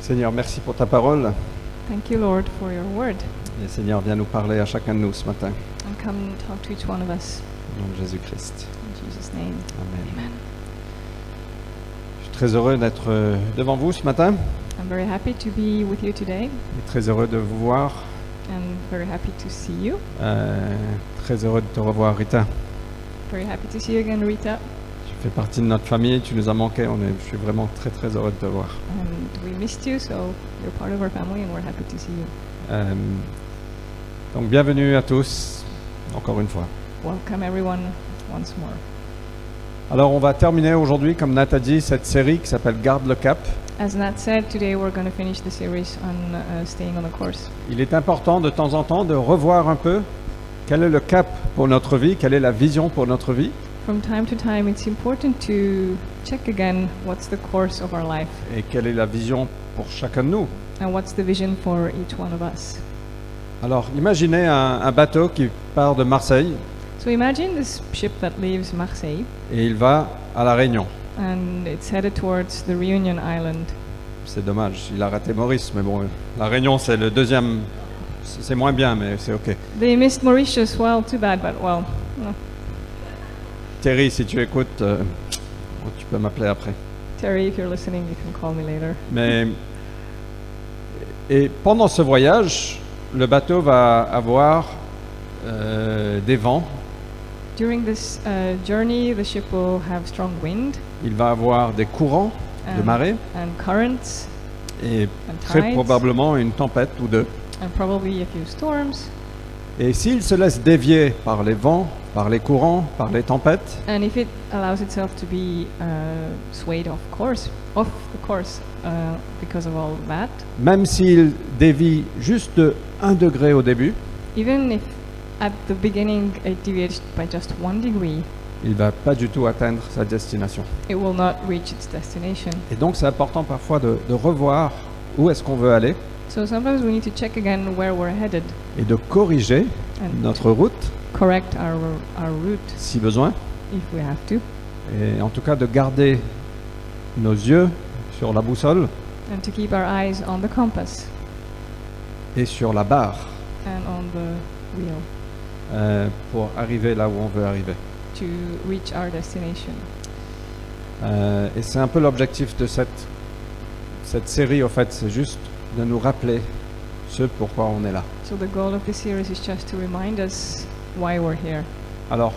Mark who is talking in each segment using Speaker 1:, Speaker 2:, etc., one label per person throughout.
Speaker 1: Seigneur, merci pour ta parole.
Speaker 2: Thank you, Lord, for your word.
Speaker 1: Et Seigneur, viens nous parler à chacun de nous ce matin.
Speaker 2: And come and talk to each one of us
Speaker 1: Au nom de Jésus-Christ.
Speaker 2: in Jesus' name.
Speaker 1: Amen.
Speaker 2: Amen.
Speaker 1: Je suis très heureux d'être euh, devant vous ce matin
Speaker 2: I'm very happy to be with you today.
Speaker 1: et très heureux de vous voir.
Speaker 2: I'm very happy to see you.
Speaker 1: Euh, très heureux de te revoir, Rita.
Speaker 2: Very happy to see you again, Rita.
Speaker 1: Tu fais partie de notre famille, tu nous as manqué. On est, je suis vraiment très très heureux de te voir.
Speaker 2: And we missed you, so you're part of our family, and we're happy to see you.
Speaker 1: Euh, donc bienvenue à tous, encore une fois.
Speaker 2: Welcome, everyone, once more.
Speaker 1: Alors on va terminer aujourd'hui, comme Nat a dit, cette série qui s'appelle Garde le cap.
Speaker 2: As Nat said, today we're going to finish the series on uh, staying on the course.
Speaker 1: Il est important de temps en temps de revoir un peu quel est le cap pour notre vie, quelle est la vision pour notre vie.
Speaker 2: From time to time, it's important to check again what's the course of our life
Speaker 1: et quelle est la vision pour chacun de nous.
Speaker 2: and what's the vision for each one of us.
Speaker 1: Alors imaginez un, un bateau qui part de Marseille
Speaker 2: So imagine this ship that leaves Marseille
Speaker 1: et il va à La Réunion.
Speaker 2: and it's headed towards the Reunion Island.
Speaker 1: C'est dommage, il a raté Maurice, mais bon, La Réunion c'est le deuxième, c'est c'est moins bien, mais c'est ok.
Speaker 2: They missed Mauritius, well, too bad, but well, no.
Speaker 1: Thierry, si tu écoutes, euh, bon, tu peux m'appeler après.
Speaker 2: Terry, if you're listening, you can call me later.
Speaker 1: Mais et pendant ce voyage, le bateau va avoir euh, des vents,
Speaker 2: During this uh, journey, the ship will have strong wind
Speaker 1: il va avoir des courants de
Speaker 2: and,
Speaker 1: marée
Speaker 2: and currents
Speaker 1: et
Speaker 2: and
Speaker 1: très
Speaker 2: Ah. tides
Speaker 1: probablement une tempête ou deux.
Speaker 2: and probably a few storms.
Speaker 1: Et s'il se laisse dévier par les vents, par les courants, par les tempêtes,
Speaker 2: And if it allows itself to be uh, swayed off course, off the course, uh, because of all that,
Speaker 1: même s'il dévie juste de 1 degré au début,
Speaker 2: even if at the beginning it deviates by just one degree,
Speaker 1: il va pas du tout atteindre sa destination.
Speaker 2: it will not reach its destination.
Speaker 1: Et donc c'est important parfois de, de revoir où est-ce qu'on veut aller
Speaker 2: So sometimes we need to check again where we're headed
Speaker 1: et de corriger
Speaker 2: and
Speaker 1: notre route
Speaker 2: correct our, our route
Speaker 1: si besoin,
Speaker 2: if we have to,
Speaker 1: et en tout cas de garder nos yeux sur la boussole
Speaker 2: and to keep our eyes on the compass
Speaker 1: et sur la barre
Speaker 2: and on the wheel
Speaker 1: euh, pour arriver là où on veut arriver.
Speaker 2: to reach our destination.
Speaker 1: Euh, et c'est un peu l'objectif de cette, cette série, en fait, c'est juste de nous rappeler ce pourquoi on est là.
Speaker 2: So the goal of this series is just to remind us why we're here.
Speaker 1: Alors,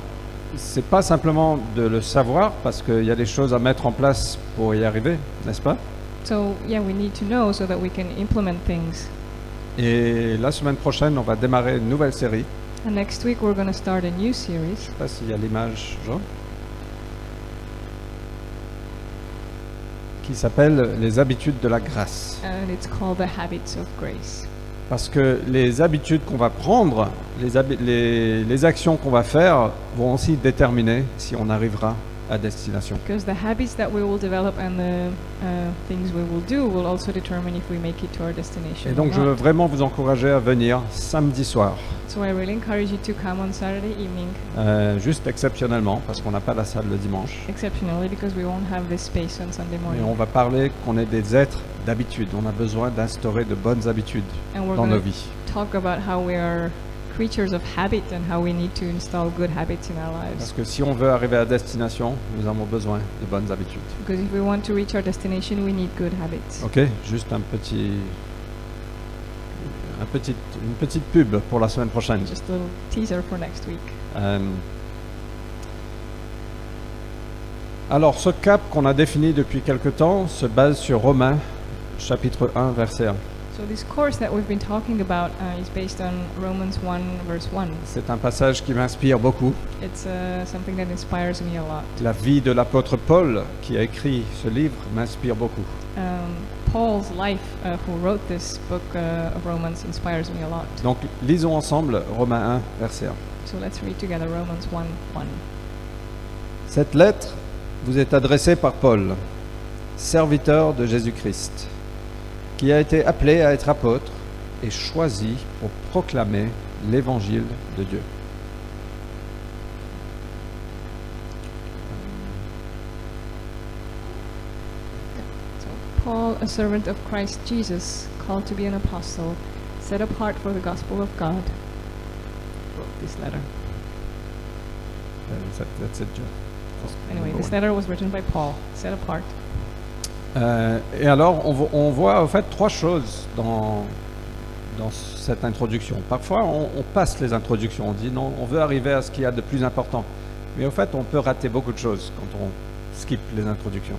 Speaker 1: c'est pas simplement de le savoir, parce qu'il y a des choses à mettre en place pour y arriver, n'est-ce pas
Speaker 2: So yeah, we need to know so that we can implement things.
Speaker 1: Et la semaine prochaine, on va démarrer une nouvelle série.
Speaker 2: And next week we're going to start a new
Speaker 1: Je
Speaker 2: series.
Speaker 1: sais pas s'il y a l'image, Jean qui s'appelle les habitudes de la grâce.
Speaker 2: and it's called The Habits of Grace.
Speaker 1: Parce que les habitudes qu'on va prendre, les, habi- les- les actions qu'on va faire vont aussi déterminer si on arrivera à destination.
Speaker 2: Because the habits that we will develop and the uh, things we will do will also determine if we make it to our destination.
Speaker 1: Et
Speaker 2: or
Speaker 1: donc je veux
Speaker 2: not.
Speaker 1: vraiment vous encourager à venir samedi soir,
Speaker 2: So I really encourage you to come on Saturday evening,
Speaker 1: Euh, juste exceptionnellement, parce qu'on n'a pas la salle le dimanche.
Speaker 2: exceptionally, because we won't have this space on Sunday
Speaker 1: Et
Speaker 2: morning.
Speaker 1: on va parler qu'on est des êtres d'habitude, on a besoin d'instaurer de bonnes habitudes
Speaker 2: and we're
Speaker 1: dans nos
Speaker 2: going
Speaker 1: vies.
Speaker 2: to talk about how we are creatures of habit and how we need to install good habits in our
Speaker 1: Parce
Speaker 2: lives.
Speaker 1: que si on veut arriver à destination, nous avons besoin de bonnes habitudes.
Speaker 2: Because if we want to reach our destination, we need good habits.
Speaker 1: Ok, juste un petit, un petit, une petite pub pour la semaine prochaine.
Speaker 2: Just a little teaser for next week.
Speaker 1: Euh, alors, ce cap qu'on a défini depuis quelque temps se base sur Romains chapitre 1 verset 1.
Speaker 2: So this course that we've been talking about uh, is based on Romans 1 verse 1.
Speaker 1: C'est un passage qui m'inspire beaucoup.
Speaker 2: It's uh, something that inspires me a lot.
Speaker 1: La vie de l'apôtre Paul, qui a écrit ce livre, m'inspire beaucoup.
Speaker 2: Um, Paul's life, uh, who wrote this book uh, of Romans, inspires me a lot.
Speaker 1: Donc, lisons ensemble Romains 1 verset 1.
Speaker 2: So let's read together Romans 1 1.
Speaker 1: Cette lettre vous est adressée par Paul, serviteur de Jésus-Christ, qui a été appelé à être apôtre et choisi pour proclamer l'évangile de Dieu.
Speaker 2: So Paul, a servant of Christ Jesus, called to be an apostle, set apart for the gospel of God, wrote this letter.
Speaker 1: That- that- that's it, John.
Speaker 2: Anyway,
Speaker 1: Number
Speaker 2: this
Speaker 1: one.
Speaker 2: letter was written by Paul, set apart.
Speaker 1: Euh, et alors, on, vo- on voit en fait trois choses dans, dans cette introduction. Parfois, on, on passe les introductions, on dit non, on veut arriver à ce qu'il y a de plus important. Mais au fait, on peut rater beaucoup de choses quand on skip les introductions.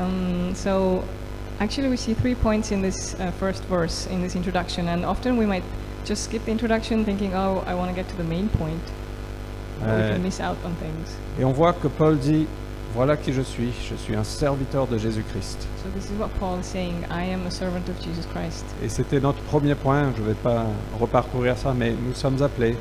Speaker 2: Um, so, actually, we see three points in this uh, first verse, in this introduction, and often we might just skip the introduction thinking, oh, I want to get to the main point. but we
Speaker 1: Euh,
Speaker 2: can miss out on things.
Speaker 1: et on voit que Paul dit, voilà qui je suis, je suis un serviteur de Jésus-Christ.
Speaker 2: So, this is what Paul is saying I am a servant of Jesus Christ.
Speaker 1: Et c'était notre premier point, je ne vais pas reparcourir ça, mais nous sommes appelés,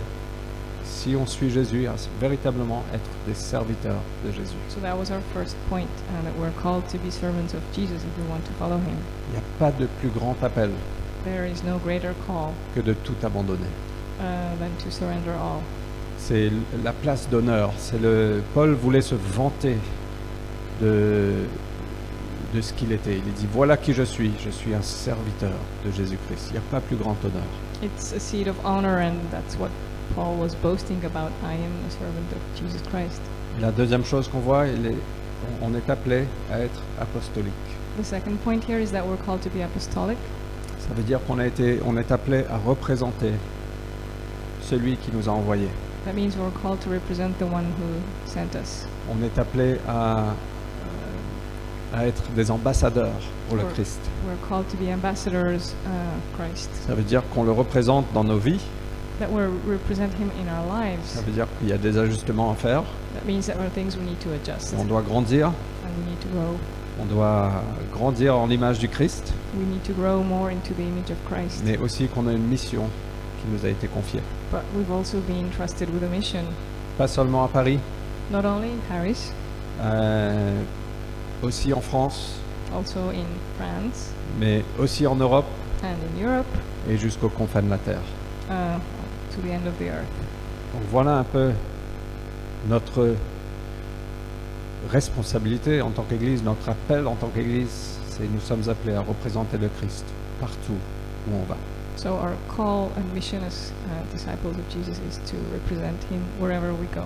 Speaker 1: si on suit Jésus, à s- véritablement être des serviteurs de Jésus.
Speaker 2: So, that was our first point, uh, that we're called to be servants of Jesus if we want to follow him.
Speaker 1: Il n'y a pas de plus grand appel
Speaker 2: There is no greater call
Speaker 1: que de tout abandonner.
Speaker 2: uh, than to surrender all.
Speaker 1: C'est l- la place d'honneur. C'est le Paul voulait se vanter de de ce qu'il était. Il dit voilà qui je suis. Je suis un serviteur de Jésus-Christ. Il n'y a pas plus grand honneur.
Speaker 2: It's a seat of honor, and that's what Paul was boasting about. I am a servant of Jesus Christ.
Speaker 1: La deuxième chose qu'on voit, il est- on on est appelé à être apostolique.
Speaker 2: The second point here is that we're called to be apostolic.
Speaker 1: Ça veut dire qu'on a été, on est appelé à représenter celui qui nous a envoyés.
Speaker 2: That means we're called to represent the one who sent us.
Speaker 1: On est appelé à euh, à être des ambassadeurs pour le
Speaker 2: Pour-
Speaker 1: Christ.
Speaker 2: We're called to be ambassadors uh, of Christ.
Speaker 1: Ça veut dire qu'on le représente dans nos vies.
Speaker 2: That we represent Him in our lives.
Speaker 1: Ça veut dire qu'il y a des ajustements à faire.
Speaker 2: That means that there are things we need to adjust
Speaker 1: On doit grandir.
Speaker 2: and we need to grow.
Speaker 1: On doit grandir en l'image du Christ,
Speaker 2: We need to grow more into the image of Christ.
Speaker 1: mais aussi qu'on a une mission qui nous a été confiée.
Speaker 2: But we've also been trusted with a mission,
Speaker 1: Pas seulement à Paris,
Speaker 2: not only in Paris,
Speaker 1: euh, aussi en France,
Speaker 2: also in France
Speaker 1: mais aussi en Europe
Speaker 2: and in Europe
Speaker 1: et jusqu'aux confins de la terre.
Speaker 2: uh, to the end of the earth.
Speaker 1: Donc voilà un peu notre responsabilité en tant qu'Église, notre appel en tant qu'Église, c'est nous sommes appelés à représenter le Christ partout où on va.
Speaker 2: So our call and mission as uh, disciples of Jesus is to represent Him wherever we go.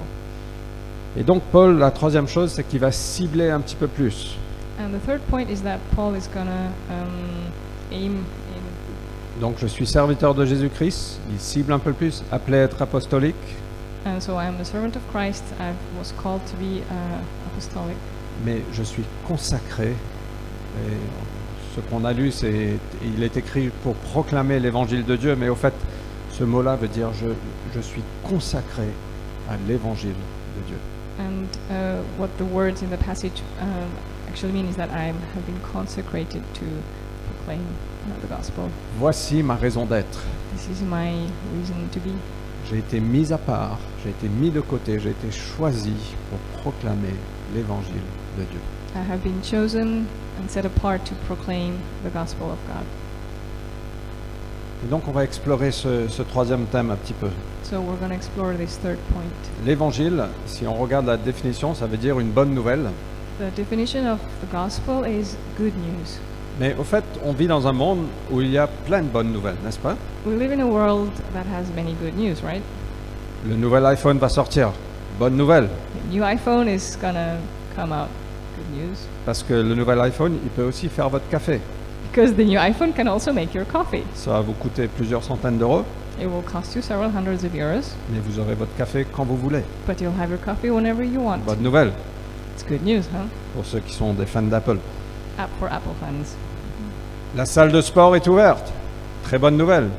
Speaker 1: Et donc Paul, la troisième chose, c'est qu'il va cibler un petit peu plus.
Speaker 2: And the third point is that Paul is gonna um, aim in.
Speaker 1: Donc je suis serviteur de Jésus-Christ, il cible un peu plus, appelé à être apostolique,
Speaker 2: And so I am a servant of Christ. I was called to be uh, apostolic,
Speaker 1: mais je suis consacré. Et ce qu'on a lu, c'est il est écrit pour proclamer l'évangile de Dieu, mais au fait, ce mot-là veut dire je, je suis consacré à l'évangile de Dieu.
Speaker 2: and uh, what the words in the passage um, actually mean is that I am- have been consecrated to proclaim uh, the gospel.
Speaker 1: Voici ma raison d'être.
Speaker 2: This is my reason to be.
Speaker 1: J'ai été mis à part, j'ai été mis de côté, j'ai été choisi pour proclamer l'évangile de Dieu.
Speaker 2: I have been chosen and set apart to proclaim the gospel of God.
Speaker 1: Et donc on va explorer ce- ce troisième thème un petit peu.
Speaker 2: So we're going to explore this third point.
Speaker 1: L'évangile, si on regarde la définition, ça veut dire une bonne nouvelle.
Speaker 2: The definition of the gospel is good news.
Speaker 1: Mais au fait, on vit dans un monde où il y a plein de bonnes nouvelles, n'est-ce pas
Speaker 2: We live in a world that has many good news, right?
Speaker 1: Le nouvel iPhone va sortir. Bonne nouvelle.
Speaker 2: The new iPhone is gonna come out. Good news.
Speaker 1: Parce que le nouvel iPhone, il peut aussi faire votre café.
Speaker 2: Because the new iPhone can also make your coffee.
Speaker 1: Ça va vous coûter plusieurs centaines d'euros,
Speaker 2: It will cost you several hundreds of euros,
Speaker 1: mais vous aurez votre café quand vous voulez.
Speaker 2: but you'll have your coffee whenever you want.
Speaker 1: Bonne nouvelle
Speaker 2: It's good news, huh?
Speaker 1: pour ceux qui sont des fans d'Apple.
Speaker 2: App for Apple fans.
Speaker 1: La salle de sport est ouverte. Très bonne nouvelle.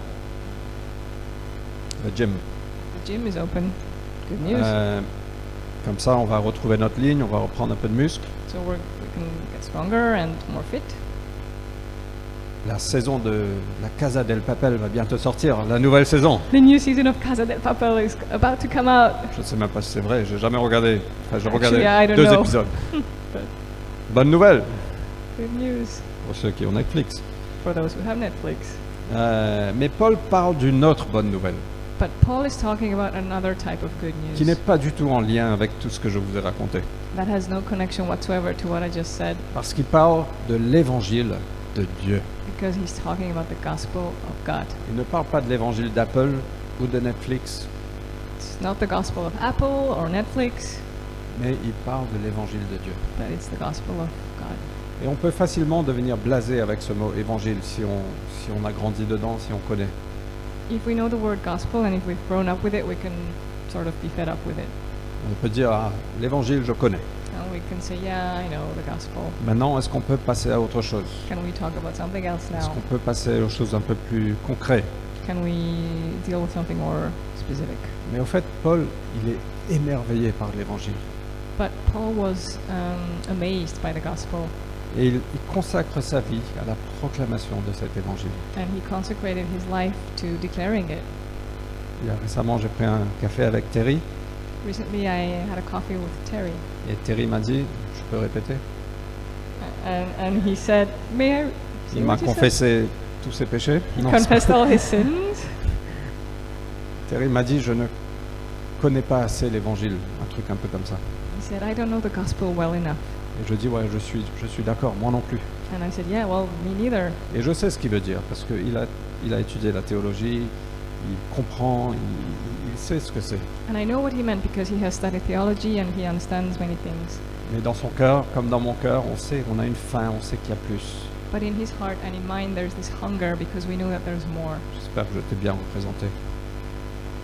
Speaker 1: Le gym.
Speaker 2: The gym is open. Good news.
Speaker 1: Euh, comme ça, on va retrouver notre ligne, on va reprendre un peu de muscle.
Speaker 2: so we're, we can get stronger and more fit.
Speaker 1: La saison de la Casa del Papel va bientôt sortir, la nouvelle saison.
Speaker 2: The new season of Casa del Papel is about to come out.
Speaker 1: Je ne sais même pas si c'est vrai, j'ai jamais regardé. Enfin, j'ai regardé
Speaker 2: Actually, I don't
Speaker 1: deux
Speaker 2: know.
Speaker 1: épisodes. Bonne nouvelle
Speaker 2: Good news
Speaker 1: pour ceux qui ont Netflix.
Speaker 2: for those who have Netflix.
Speaker 1: Euh, mais Paul parle d'une autre bonne nouvelle.
Speaker 2: But Paul is talking about another type of good
Speaker 1: qui n'est
Speaker 2: news
Speaker 1: pas du tout en lien avec tout ce que je vous ai raconté.
Speaker 2: that has no connection whatsoever to what I just said
Speaker 1: Parce qu'il parle de l'évangile de Dieu.
Speaker 2: because he's talking about the gospel of God.
Speaker 1: Il ne parle pas de l'évangile d'Apple ou de Netflix,
Speaker 2: It's not the gospel of Apple or Netflix,
Speaker 1: mais il parle de l'évangile de Dieu.
Speaker 2: but it's the gospel of God.
Speaker 1: Et on peut facilement devenir blasé avec ce mot évangile si on, si on a grandi dedans, si on connaît.
Speaker 2: If we know the word gospel and if we've grown up with it, we can sort of be fed up with it.
Speaker 1: On peut dire, ah, l'évangile, je connais.
Speaker 2: And we can say, yeah, I know the gospel.
Speaker 1: Maintenant, est-ce qu'on peut passer à autre chose
Speaker 2: Can we talk about something else
Speaker 1: Est-ce
Speaker 2: now?
Speaker 1: qu'on peut passer aux choses un peu plus concrètes
Speaker 2: Can we deal with something more specific?
Speaker 1: Mais au fait, Paul, il est émerveillé par l'évangile.
Speaker 2: But Paul was um, amazed by the gospel
Speaker 1: Et il, il consacre sa vie à la proclamation de cet évangile.
Speaker 2: and he consecrated his life to declaring it.
Speaker 1: Il y a récemment, j'ai pris un café avec Terry
Speaker 2: Recently, I had a coffee with Terry,
Speaker 1: et Terry m'a dit, je peux répéter,
Speaker 2: and, and he said, May I say
Speaker 1: il m'a
Speaker 2: what you said?"
Speaker 1: confessé tous ses péchés. Non, c'est
Speaker 2: confessed all his sins.
Speaker 1: pas- Terry m'a dit, je ne connais pas assez l'évangile, un truc un peu comme ça.
Speaker 2: He said, I don't know the gospel well enough.
Speaker 1: Et je dis, ouais, je suis, je suis d'accord, moi non plus.
Speaker 2: And I said, Yeah, well, me neither.
Speaker 1: Et je sais ce qu'il veut dire, parce qu'il a, il a étudié la théologie, il comprend, il, il sait ce que c'est.
Speaker 2: And I know what he meant because he has studied theology and he understands many things.
Speaker 1: Mais dans son cœur, comme dans mon cœur, on sait, on a une faim, on sait qu'il y a plus.
Speaker 2: But in his heart and in mine, there's this hunger because we know that there's more.
Speaker 1: J'espère que je t'ai bien représenté.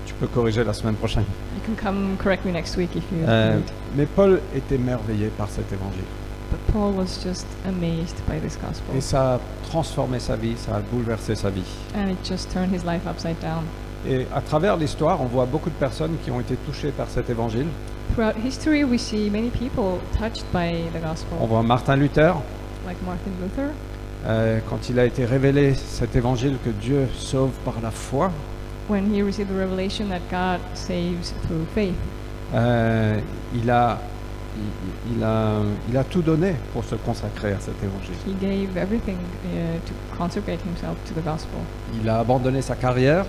Speaker 1: Tu peux corriger la semaine prochaine.
Speaker 2: You can come correct me next week if you
Speaker 1: Euh,
Speaker 2: need.
Speaker 1: mais Paul est émerveillé par cet évangile.
Speaker 2: But Paul was just amazed by this gospel.
Speaker 1: Et ça a transformé sa vie, ça a bouleversé sa vie.
Speaker 2: And it just turned his life upside down.
Speaker 1: Et à travers l'histoire, on voit beaucoup de personnes qui ont été touchées par cet évangile.
Speaker 2: Throughout history, we see many people touched by the
Speaker 1: On
Speaker 2: gospel,
Speaker 1: voit Martin Luther,
Speaker 2: like Martin Luther.
Speaker 1: euh, quand il a été révélé cet évangile que Dieu sauve par la foi,
Speaker 2: When he received the revelation that God saves through faith,
Speaker 1: euh, il, a, il- il a, il a tout donné pour se consacrer à cet évangile.
Speaker 2: he gave everything uh, to consecrate himself to the gospel.
Speaker 1: Il a abandonné sa carrière,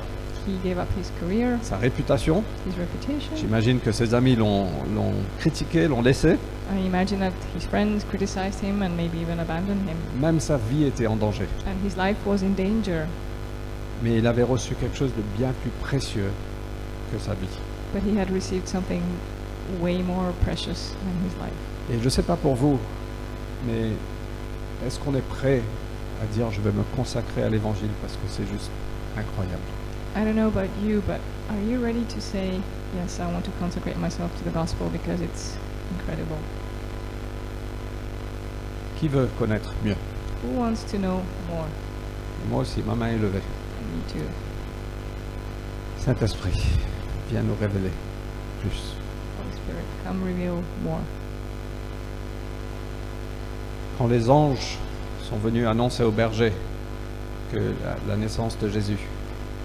Speaker 2: He gave up his career,
Speaker 1: sa réputation.
Speaker 2: his reputation.
Speaker 1: J'imagine que ses amis l'ont l'ont critiqué, l'ont laissé.
Speaker 2: I imagine that his friends criticized him and maybe even abandoned him.
Speaker 1: Même sa vie était en danger.
Speaker 2: And his life was in danger.
Speaker 1: Mais il avait reçu quelque chose de bien plus précieux que sa vie.
Speaker 2: But he had received something way more precious than his life.
Speaker 1: Et je ne sais pas pour vous, mais est-ce qu'on est prêt à dire je vais me consacrer à l'évangile parce que c'est juste incroyable
Speaker 2: I don't know about you, but are you ready to say, yes, I want to consecrate myself to the gospel because it's incredible?
Speaker 1: Qui veut connaître mieux
Speaker 2: Who wants to know more?
Speaker 1: Et Moi aussi, ma main est levée.
Speaker 2: Me too.
Speaker 1: Saint-Esprit, viens nous révéler plus.
Speaker 2: Holy Spirit, come reveal more.
Speaker 1: Quand les anges sont venus annoncer aux bergers que la, la naissance de Jésus,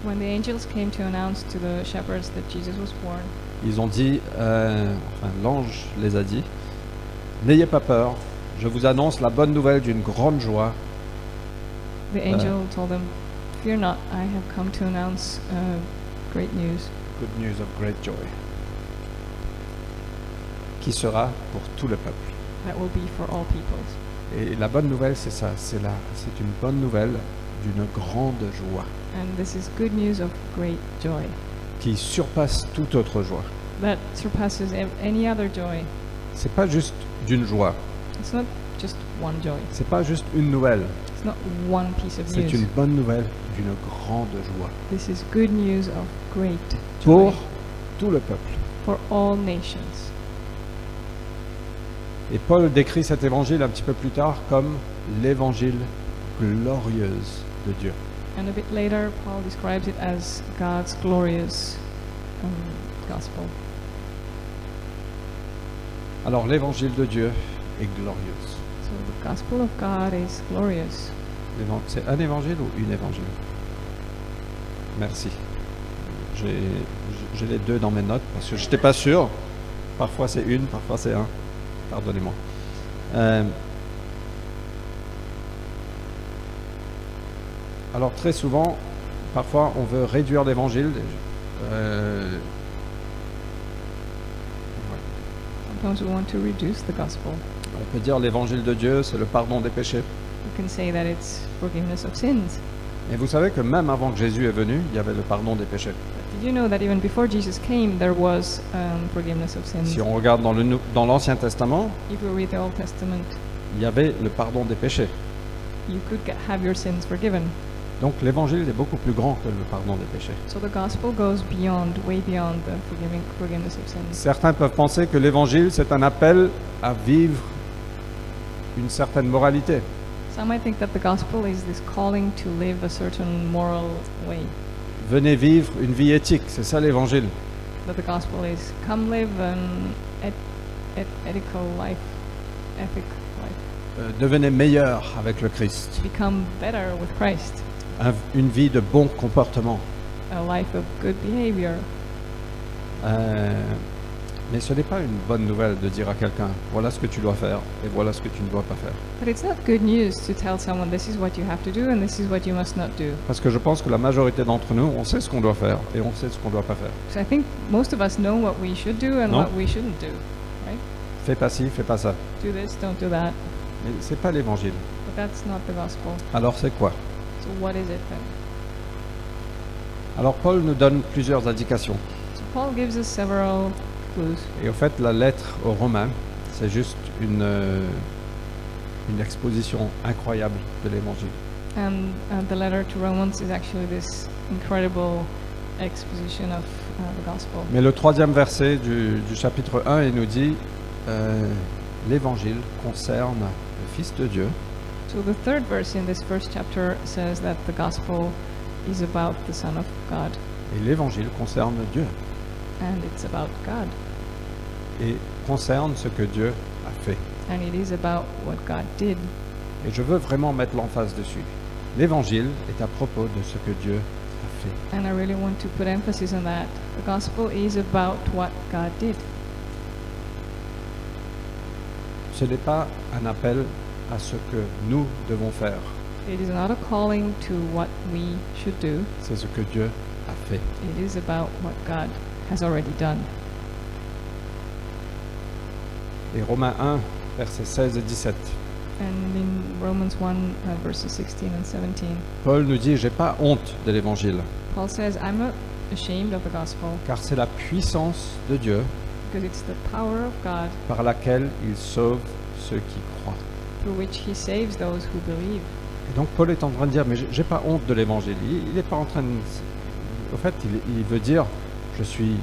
Speaker 2: When the angels came to announce to the shepherds that Jesus was born,
Speaker 1: ils ont dit, euh, enfin l'ange les a dit, n'ayez pas peur, je vous annonce la bonne nouvelle d'une grande joie
Speaker 2: the angel told them, Fear not, I have come to announce uh, great news
Speaker 1: Good news of great joy. Qui sera pour tout le peuple.
Speaker 2: that will be for all peoples.
Speaker 1: Et la bonne nouvelle, c'est ça, c'est là, c'est une bonne nouvelle d'une grande joie
Speaker 2: And this is good news of great joy
Speaker 1: qui surpasse toute autre joie.
Speaker 2: that surpasses ev- any other joy.
Speaker 1: C'est pas juste d'une joie,
Speaker 2: It's not just one joy,
Speaker 1: c'est pas juste une nouvelle,
Speaker 2: it's not one piece of
Speaker 1: c'est
Speaker 2: news.
Speaker 1: une bonne nouvelle d'une grande joie
Speaker 2: This is good news of great joy
Speaker 1: pour tout le peuple.
Speaker 2: for all nations.
Speaker 1: Et Paul décrit cet évangile un petit peu plus tard comme l'évangile glorieuse de Dieu.
Speaker 2: And a bit later, Paul describes it as God's glorious um, gospel.
Speaker 1: Alors l'évangile de Dieu est glorieuse.
Speaker 2: So the gospel of God is glorious.
Speaker 1: L'évan- C'est un évangile ou une évangile Merci. J'ai j'ai les deux dans mes notes parce que je n'étais pas sûr. Parfois c'est une, parfois c'est un. Pardonnez-moi. Euh, alors très souvent, parfois on veut réduire l'évangile. Euh,
Speaker 2: Sometimes we want to reduce the gospel.
Speaker 1: on peut dire l'évangile de Dieu, c'est le pardon des péchés.
Speaker 2: We can say that it's forgiveness of sins.
Speaker 1: Et vous savez que même avant que Jésus est venu, il y avait le pardon des péchés.
Speaker 2: But did you know that even before Jesus came, there was um, forgiveness of sins?
Speaker 1: Si on regarde dans le Nou- dans l'Ancien Testament,
Speaker 2: If you read the Old Testament,
Speaker 1: il y avait le pardon des péchés.
Speaker 2: you could get, have your sins forgiven.
Speaker 1: Donc l'évangile est beaucoup plus grand que le pardon des péchés.
Speaker 2: So the gospel goes beyond, way beyond the forgiving, forgiveness of sins.
Speaker 1: Certains peuvent penser que l'évangile, c'est un appel à vivre une certaine moralité.
Speaker 2: Some might think that the gospel is this calling to live a certain moral way.
Speaker 1: Venez vivre une vie éthique, c'est ça l'évangile.
Speaker 2: That the gospel is come live an et- et- ethical life, ethic life,
Speaker 1: Euh, devenez meilleur avec le Christ.
Speaker 2: become better with Christ,
Speaker 1: Un- une vie de bon comportement.
Speaker 2: a life of good behavior.
Speaker 1: Euh, mais ce n'est pas une bonne nouvelle de dire à quelqu'un, voilà ce que tu dois faire et voilà ce que tu ne dois pas faire.
Speaker 2: But it's not good news to tell someone this is what you have to do and this is what you must not do.
Speaker 1: Parce que je pense que la majorité d'entre nous, on sait ce qu'on doit faire et on sait ce qu'on ne doit pas faire.
Speaker 2: So I think most of us know what we should do and
Speaker 1: No.
Speaker 2: what we shouldn't do.
Speaker 1: Fais pas ci, fais pas ça.
Speaker 2: Do this, don't do that.
Speaker 1: Mais ce n'est pas l'évangile.
Speaker 2: But that's not the gospel.
Speaker 1: Alors c'est quoi
Speaker 2: So what is it then?
Speaker 1: Alors Paul nous donne plusieurs indications.
Speaker 2: So Paul gives us several clues.
Speaker 1: Et en fait, la lettre aux Romains, c'est juste une, euh, une exposition incroyable de l'évangile.
Speaker 2: And uh, the letter to Romans is actually this incredible exposition of uh, the gospel.
Speaker 1: Mais le troisième verset du, du chapitre 1, il nous dit euh, L'évangile concerne le Fils de Dieu
Speaker 2: So the third verse in this first chapter says that the gospel is about the Son of God
Speaker 1: et l'évangile concerne Dieu
Speaker 2: and it's about God
Speaker 1: et concerne ce que Dieu a fait.
Speaker 2: and it is about what God did.
Speaker 1: Et je veux vraiment mettre l'emphase dessus. L'évangile est à propos de ce que Dieu a fait.
Speaker 2: And I really want to put emphasis on that. The gospel is about what God did.
Speaker 1: Ce n'est pas un appel à ce que nous devons faire,
Speaker 2: It is not a calling to what we should do.
Speaker 1: c'est ce que Dieu a fait.
Speaker 2: It is about what God has already done.
Speaker 1: Et Romains 1, versets 16 et 17.
Speaker 2: And in Romans 1, uh, verses 16 and 17,
Speaker 1: Paul nous dit J'ai pas honte de l'évangile,
Speaker 2: Paul says, I'm not ashamed of the gospel
Speaker 1: car c'est la puissance de Dieu
Speaker 2: because it's the power of God
Speaker 1: par laquelle il sauve ceux qui croient.
Speaker 2: through which he saves those who believe.
Speaker 1: Et donc Paul est en train de dire, mais j'ai j'ai pas honte de l'évangile. Il n'est pas en train de... Au fait, il, il veut dire, je suis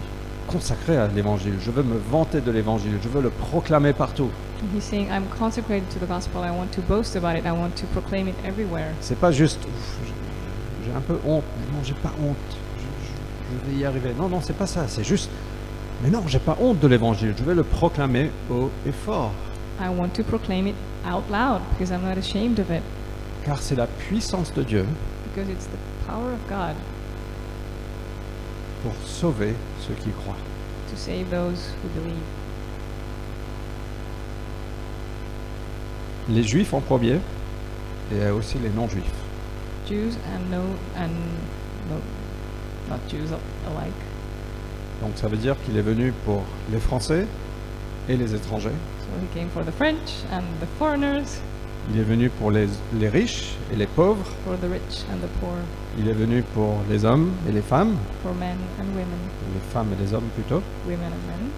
Speaker 1: consacré à l'évangile, je veux me vanter de l'évangile, je veux le proclamer partout.
Speaker 2: And he's saying, I'm consecrated to the gospel. I want to boast about it. I want to proclaim it everywhere.
Speaker 1: C'est pas juste, Ouf, j'ai- j'ai un peu honte, mais non, j'ai pas honte, je, je- je vais y arriver. Non, non, c'est pas ça, c'est juste, mais non, j'ai pas honte de l'évangile, je vais le proclamer haut et fort,
Speaker 2: I want to proclaim it out loud because I'm not ashamed of it
Speaker 1: car c'est la puissance de Dieu
Speaker 2: because it's the power of God
Speaker 1: pour sauver ceux qui croient.
Speaker 2: to save those who believe.
Speaker 1: Les juifs en premier, et aussi les non-juifs.
Speaker 2: Jews and no and no not Jews al- alike.
Speaker 1: Donc ça veut dire qu'il est venu pour les Français et les étrangers.
Speaker 2: So he came for the French and the foreigners,
Speaker 1: Il est venu pour les, les riches et les pauvres.
Speaker 2: for the rich and the poor,
Speaker 1: Il est venu pour les hommes et les femmes.
Speaker 2: for men and women,
Speaker 1: Les femmes et les hommes plutôt.
Speaker 2: women and men.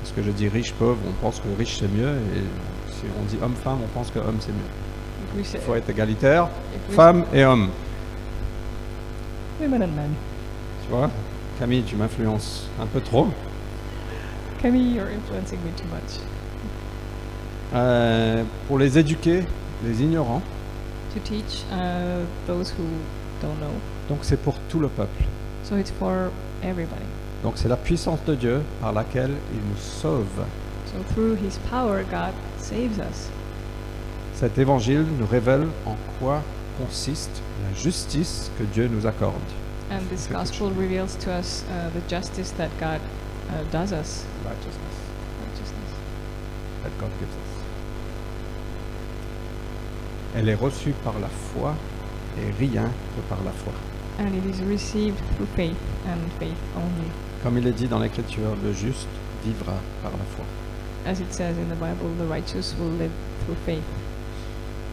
Speaker 1: Parce que je dis riche, pauvre, on pense que riche c'est mieux. Et si on dit homme-femme, on pense que homme c'est mieux.
Speaker 2: If we say,
Speaker 1: Il faut être égalitaire,
Speaker 2: if we
Speaker 1: femmes et hommes.
Speaker 2: women and men.
Speaker 1: Tu vois Camille, tu m'influences un peu trop.
Speaker 2: Camille, you're influencing me too much.
Speaker 1: Euh, pour les éduquer, les ignorants.
Speaker 2: To teach uh, those who don't know.
Speaker 1: Donc c'est pour tout le peuple.
Speaker 2: So it's for everybody.
Speaker 1: Donc c'est la puissance de Dieu par laquelle il nous sauve.
Speaker 2: So through His power, God saves us.
Speaker 1: Cet évangile nous révèle en quoi consiste la justice que Dieu nous accorde.
Speaker 2: And this
Speaker 1: Perfect.
Speaker 2: gospel reveals to us uh, the justice that God uh, does us. Righteousness.
Speaker 1: that God gives us. Elle est reçue par la foi et rien que par la foi.
Speaker 2: and it is received through faith and faith only,
Speaker 1: Comme il est dit dans l'Écriture, le juste vivra par la foi.
Speaker 2: as it says in the Bible, the righteous will live through faith.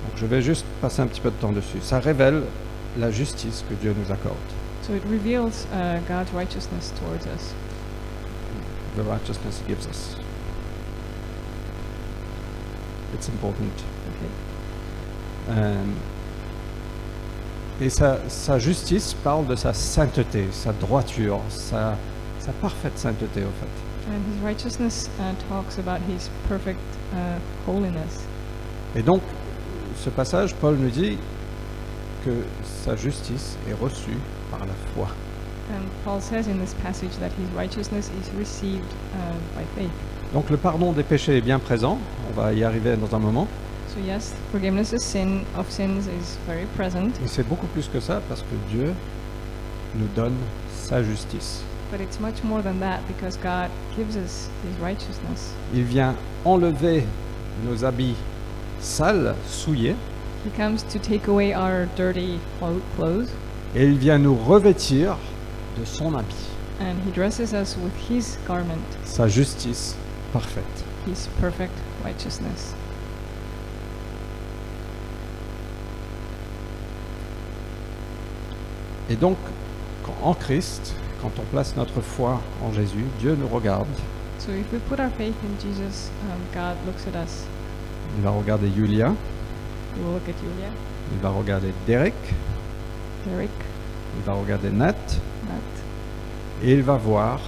Speaker 1: Donc je vais juste passer un petit peu de temps dessus. Ça révèle la justice que Dieu nous accorde.
Speaker 2: So it reveals uh, God's righteousness towards us.
Speaker 1: The righteousness he gives us. It's important.
Speaker 2: Okay.
Speaker 1: Euh, et sa, sa justice parle de sa sainteté, sa droiture, sa, sa parfaite sainteté au fait.
Speaker 2: And his righteousness uh, talks about his perfect uh, holiness.
Speaker 1: Et donc, ce passage, Paul nous dit que sa justice est reçue par la foi.
Speaker 2: And Paul says in this passage that his righteousness is received uh, by faith.
Speaker 1: Donc le pardon des péchés est bien présent, on va y arriver dans un moment,
Speaker 2: So yes, forgiveness of sin of sins is very present,
Speaker 1: mais c'est beaucoup plus que ça parce que Dieu nous donne sa justice.
Speaker 2: but it's much more than that because God gives us his righteousness.
Speaker 1: Il vient enlever nos habits sales, souillés,
Speaker 2: He comes to take away our dirty clo- clothes
Speaker 1: et il vient nous revêtir de son habit,
Speaker 2: and he dresses us with his garment,
Speaker 1: sa justice parfaite.
Speaker 2: his perfect righteousness.
Speaker 1: Et donc, quand- en Christ, quand on place notre foi en Jésus, Dieu nous regarde.
Speaker 2: So if we put our faith in Jesus, um, God looks at us.
Speaker 1: Il va regarder Julien,
Speaker 2: He will look at Julia,
Speaker 1: il va regarder Derek,
Speaker 2: Derek, uh,
Speaker 1: il va regarder Nat,
Speaker 2: Nat,
Speaker 1: et il va voir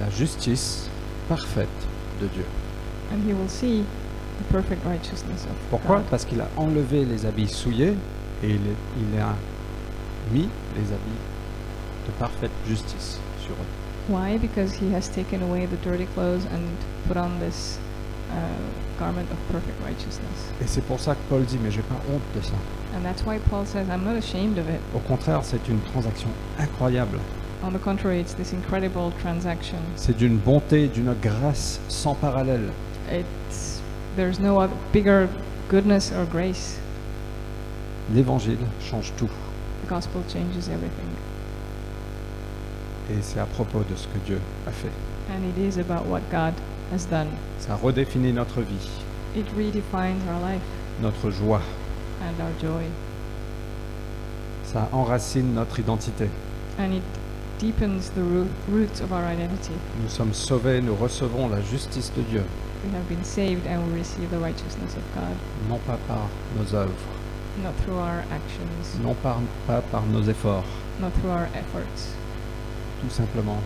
Speaker 1: la justice parfaite de Dieu.
Speaker 2: and he will see the perfect righteousness of
Speaker 1: Pourquoi
Speaker 2: God.
Speaker 1: Parce qu'il a enlevé les habits souillés et il, il a mis les habits de parfaite justice sur eux.
Speaker 2: Why? Because he has taken away the dirty clothes and put on this uh, garment of perfect righteousness.
Speaker 1: Et c'est pour ça que Paul dit, mais j'ai pas honte de ça.
Speaker 2: And that's why Paul says, I'm not ashamed of it.
Speaker 1: Au contraire, c'est une transaction incroyable.
Speaker 2: On the contrary, it's this incredible transaction.
Speaker 1: C'est d'une bonté, d'une grâce sans parallèle.
Speaker 2: It's, there's no other bigger goodness or grace.
Speaker 1: L'évangile change tout.
Speaker 2: The gospel changes everything.
Speaker 1: Et c'est à propos de ce que Dieu a fait.
Speaker 2: And it is about what God has done.
Speaker 1: Ça redéfinit notre vie,
Speaker 2: It redefines our life
Speaker 1: notre joie.
Speaker 2: and our joy.
Speaker 1: Ça enracine notre identité.
Speaker 2: And it deepens the roo- roots of our identity.
Speaker 1: Nous sommes sauvés, nous recevons la justice de Dieu,
Speaker 2: We have been saved and we receive the righteousness of God.
Speaker 1: non pas par nos œuvres,
Speaker 2: not through our actions,
Speaker 1: non par- pas par nos efforts,
Speaker 2: not through our efforts,
Speaker 1: tout simplement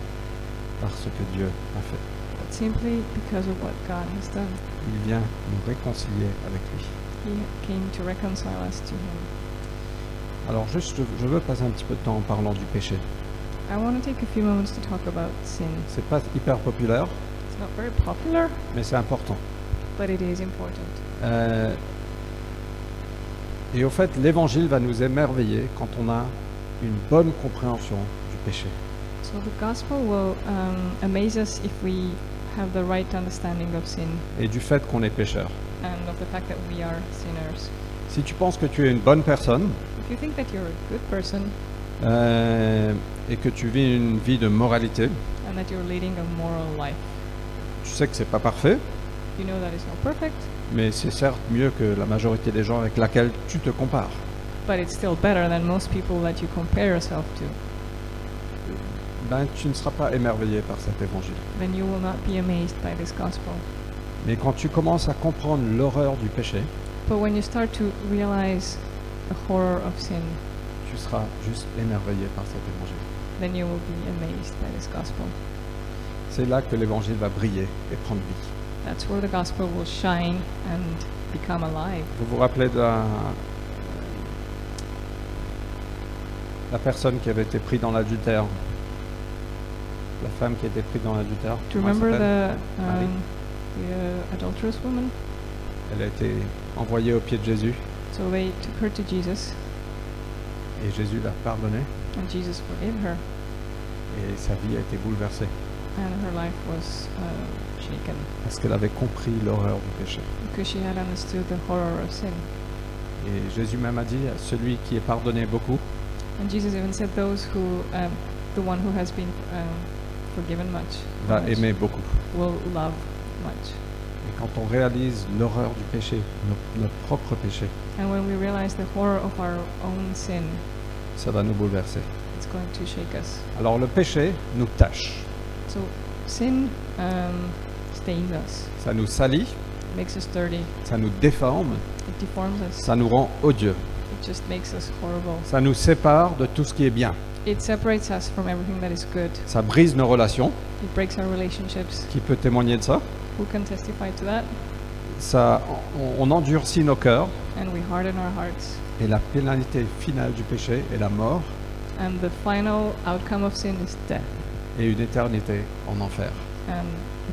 Speaker 1: par ce que Dieu a fait.
Speaker 2: but simply because of what God has done.
Speaker 1: Il vient nous réconcilier avec lui.
Speaker 2: He came to reconcile us to Him.
Speaker 1: Alors juste, je- je veux passer un petit peu de temps en parlant du péché.
Speaker 2: I want to take a few moments to talk about sin.
Speaker 1: C'est pas hyper populaire,
Speaker 2: It's not very popular,
Speaker 1: mais c'est important.
Speaker 2: but it is important.
Speaker 1: Euh, et au fait, l'évangile va nous émerveiller quand on a une bonne compréhension du péché.
Speaker 2: So the gospel will um, amaze us if we have the right understanding of sin
Speaker 1: et du fait qu'on est pécheur.
Speaker 2: and of the fact that we are sinners.
Speaker 1: Si tu penses que tu es une bonne personne
Speaker 2: If you think that you're a good person
Speaker 1: euh, et que tu vis une vie de moralité,
Speaker 2: and that you're leading a moral life,
Speaker 1: tu sais que c'est pas parfait,
Speaker 2: you know that it's not perfect,
Speaker 1: mais c'est certes mieux que la majorité des gens avec laquelle tu te compares.
Speaker 2: but it's still better than most people that you compare yourself to.
Speaker 1: Ben, tu ne seras pas émerveillé par cet évangile.
Speaker 2: then you will not be amazed by this gospel.
Speaker 1: Mais quand tu commences à comprendre l'horreur du péché,
Speaker 2: But when you start to realize the horror of sin,
Speaker 1: tu seras juste émerveillé par cet évangile.
Speaker 2: then you will be amazed by this gospel.
Speaker 1: C'est là que l'évangile va briller et prendre vie.
Speaker 2: That's where the gospel will shine and become alive.
Speaker 1: Vous vous rappelez de la, la personne qui avait été prise dans l'adultère La femme qui a été prise dans l'adultère
Speaker 2: Do you
Speaker 1: comment elle
Speaker 2: remember
Speaker 1: s'appelle Ah
Speaker 2: the
Speaker 1: Marie.
Speaker 2: um, the uh, adulterous woman?
Speaker 1: Elle a été envoyée aux pieds de Jésus
Speaker 2: So they took her to Jesus,
Speaker 1: et Jésus l'a pardonnée
Speaker 2: and Jesus forgave her,
Speaker 1: et sa vie a été bouleversée
Speaker 2: and her life was uh, shaken
Speaker 1: parce qu'elle avait compris l'horreur du péché.
Speaker 2: because she had understood the horror of sin.
Speaker 1: Et Jésus même a dit, celui qui est pardonné beaucoup
Speaker 2: And Jesus even said, "Those who, um, the one who has been um, forgiven much,
Speaker 1: va
Speaker 2: much
Speaker 1: aimer beaucoup.
Speaker 2: will love much."
Speaker 1: Et quand on réalise l'horreur du péché, no- notre propre péché,
Speaker 2: And when we realize the horror of our own sin,
Speaker 1: ça va nous bouleverser.
Speaker 2: it's going to shake us.
Speaker 1: Alors le péché nous tâche,
Speaker 2: So sin um, stains us,
Speaker 1: ça nous salit,
Speaker 2: makes us dirty,
Speaker 1: ça nous déforme,
Speaker 2: it deforms us,
Speaker 1: ça nous rend odieux,
Speaker 2: it just makes us horrible.
Speaker 1: ça nous sépare de tout ce qui est bien,
Speaker 2: It separates us from everything that is good.
Speaker 1: ça brise nos relations,
Speaker 2: It breaks our relationships.
Speaker 1: qui peut témoigner de ça,
Speaker 2: Who can testify to that?
Speaker 1: ça on, on endurcit nos cœurs,
Speaker 2: And we harden our hearts.
Speaker 1: et la pénalité finale du péché est la mort
Speaker 2: And the final outcome of sin is death
Speaker 1: et une éternité en enfer.
Speaker 2: and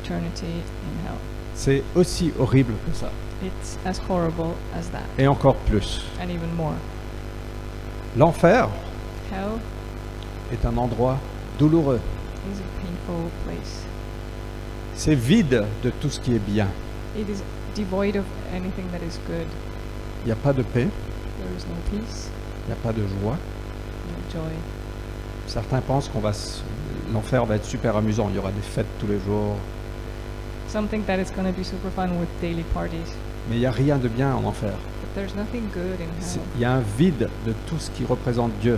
Speaker 2: eternity in hell.
Speaker 1: C'est aussi horrible que ça,
Speaker 2: It's as horrible as that,
Speaker 1: et encore plus.
Speaker 2: and even more.
Speaker 1: L'enfer
Speaker 2: Hell
Speaker 1: est un endroit douloureux,
Speaker 2: is a painful place.
Speaker 1: c'est vide de tout ce qui est bien.
Speaker 2: It is devoid of anything that is good.
Speaker 1: Il n'y a pas de paix,
Speaker 2: There is no peace,
Speaker 1: il n'y a pas de joie.
Speaker 2: no joy.
Speaker 1: Certains pensent qu'on va s- l'enfer va être super amusant, il y aura des fêtes tous les jours,
Speaker 2: Something that is going to be super fun with daily parties.
Speaker 1: mais il n'y a rien de bien en enfer.
Speaker 2: But there's nothing good in
Speaker 1: C'est-
Speaker 2: hell.
Speaker 1: Il y a un vide de tout ce qui représente Dieu.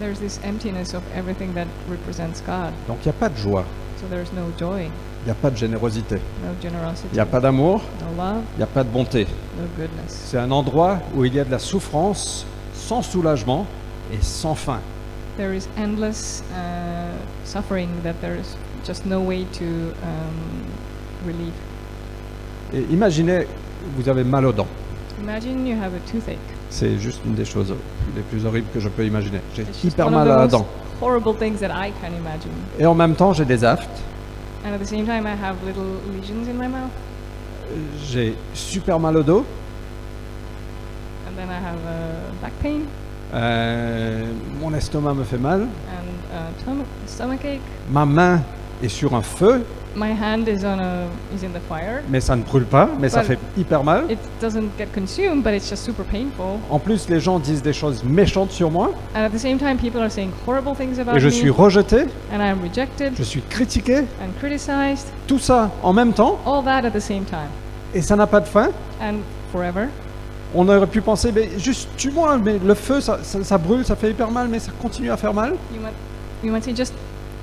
Speaker 2: There's this emptiness of everything that represents God.
Speaker 1: Donc il n'y a pas de joie,
Speaker 2: So there's no joy,
Speaker 1: il n'y a pas de générosité,
Speaker 2: no generosity,
Speaker 1: il n'y a pas d'amour,
Speaker 2: no love,
Speaker 1: il n'y a pas de bonté.
Speaker 2: no goodness.
Speaker 1: C'est un endroit où il y a de la souffrance sans soulagement et sans fin.
Speaker 2: There is endless uh, suffering that there is just no way to um, relieve.
Speaker 1: Et imaginez, vous avez mal aux dents.
Speaker 2: Imagine you have a toothache.
Speaker 1: C'est juste une des choses les plus horribles que je peux imaginer. J'ai
Speaker 2: It's just
Speaker 1: hyper
Speaker 2: one of
Speaker 1: mal
Speaker 2: the
Speaker 1: à la
Speaker 2: most
Speaker 1: dent.
Speaker 2: horrible things that I can imagine.
Speaker 1: Et en même temps, j'ai des aftes.
Speaker 2: And at the same time, I have little lesions in my mouth,
Speaker 1: J'ai super mal au dos.
Speaker 2: and then I have uh, back pain
Speaker 1: Euh, mon estomac me fait mal.
Speaker 2: and uh, tom- stomach ache.
Speaker 1: Ma main est sur un feu,
Speaker 2: My hand is on a is in the fire.
Speaker 1: mais ça ne brûle pas, mais ça
Speaker 2: Voilà.
Speaker 1: fait hyper mal.
Speaker 2: It doesn't get consumed, but it's just super painful.
Speaker 1: En plus, les gens disent des choses méchantes sur moi.
Speaker 2: And at the same time, people are saying horrible things about
Speaker 1: Et je
Speaker 2: me,
Speaker 1: suis rejeté,
Speaker 2: and I'm rejected
Speaker 1: je suis critiqué.
Speaker 2: and criticized.
Speaker 1: Tout ça en même temps.
Speaker 2: All that at the same time,
Speaker 1: Et ça n'a pas de fin.
Speaker 2: and forever.
Speaker 1: On aurait pu penser, mais juste tue-moi, mais le feu, ça, ça- ça brûle, ça fait hyper mal, mais ça continue à faire mal.
Speaker 2: You might you might say just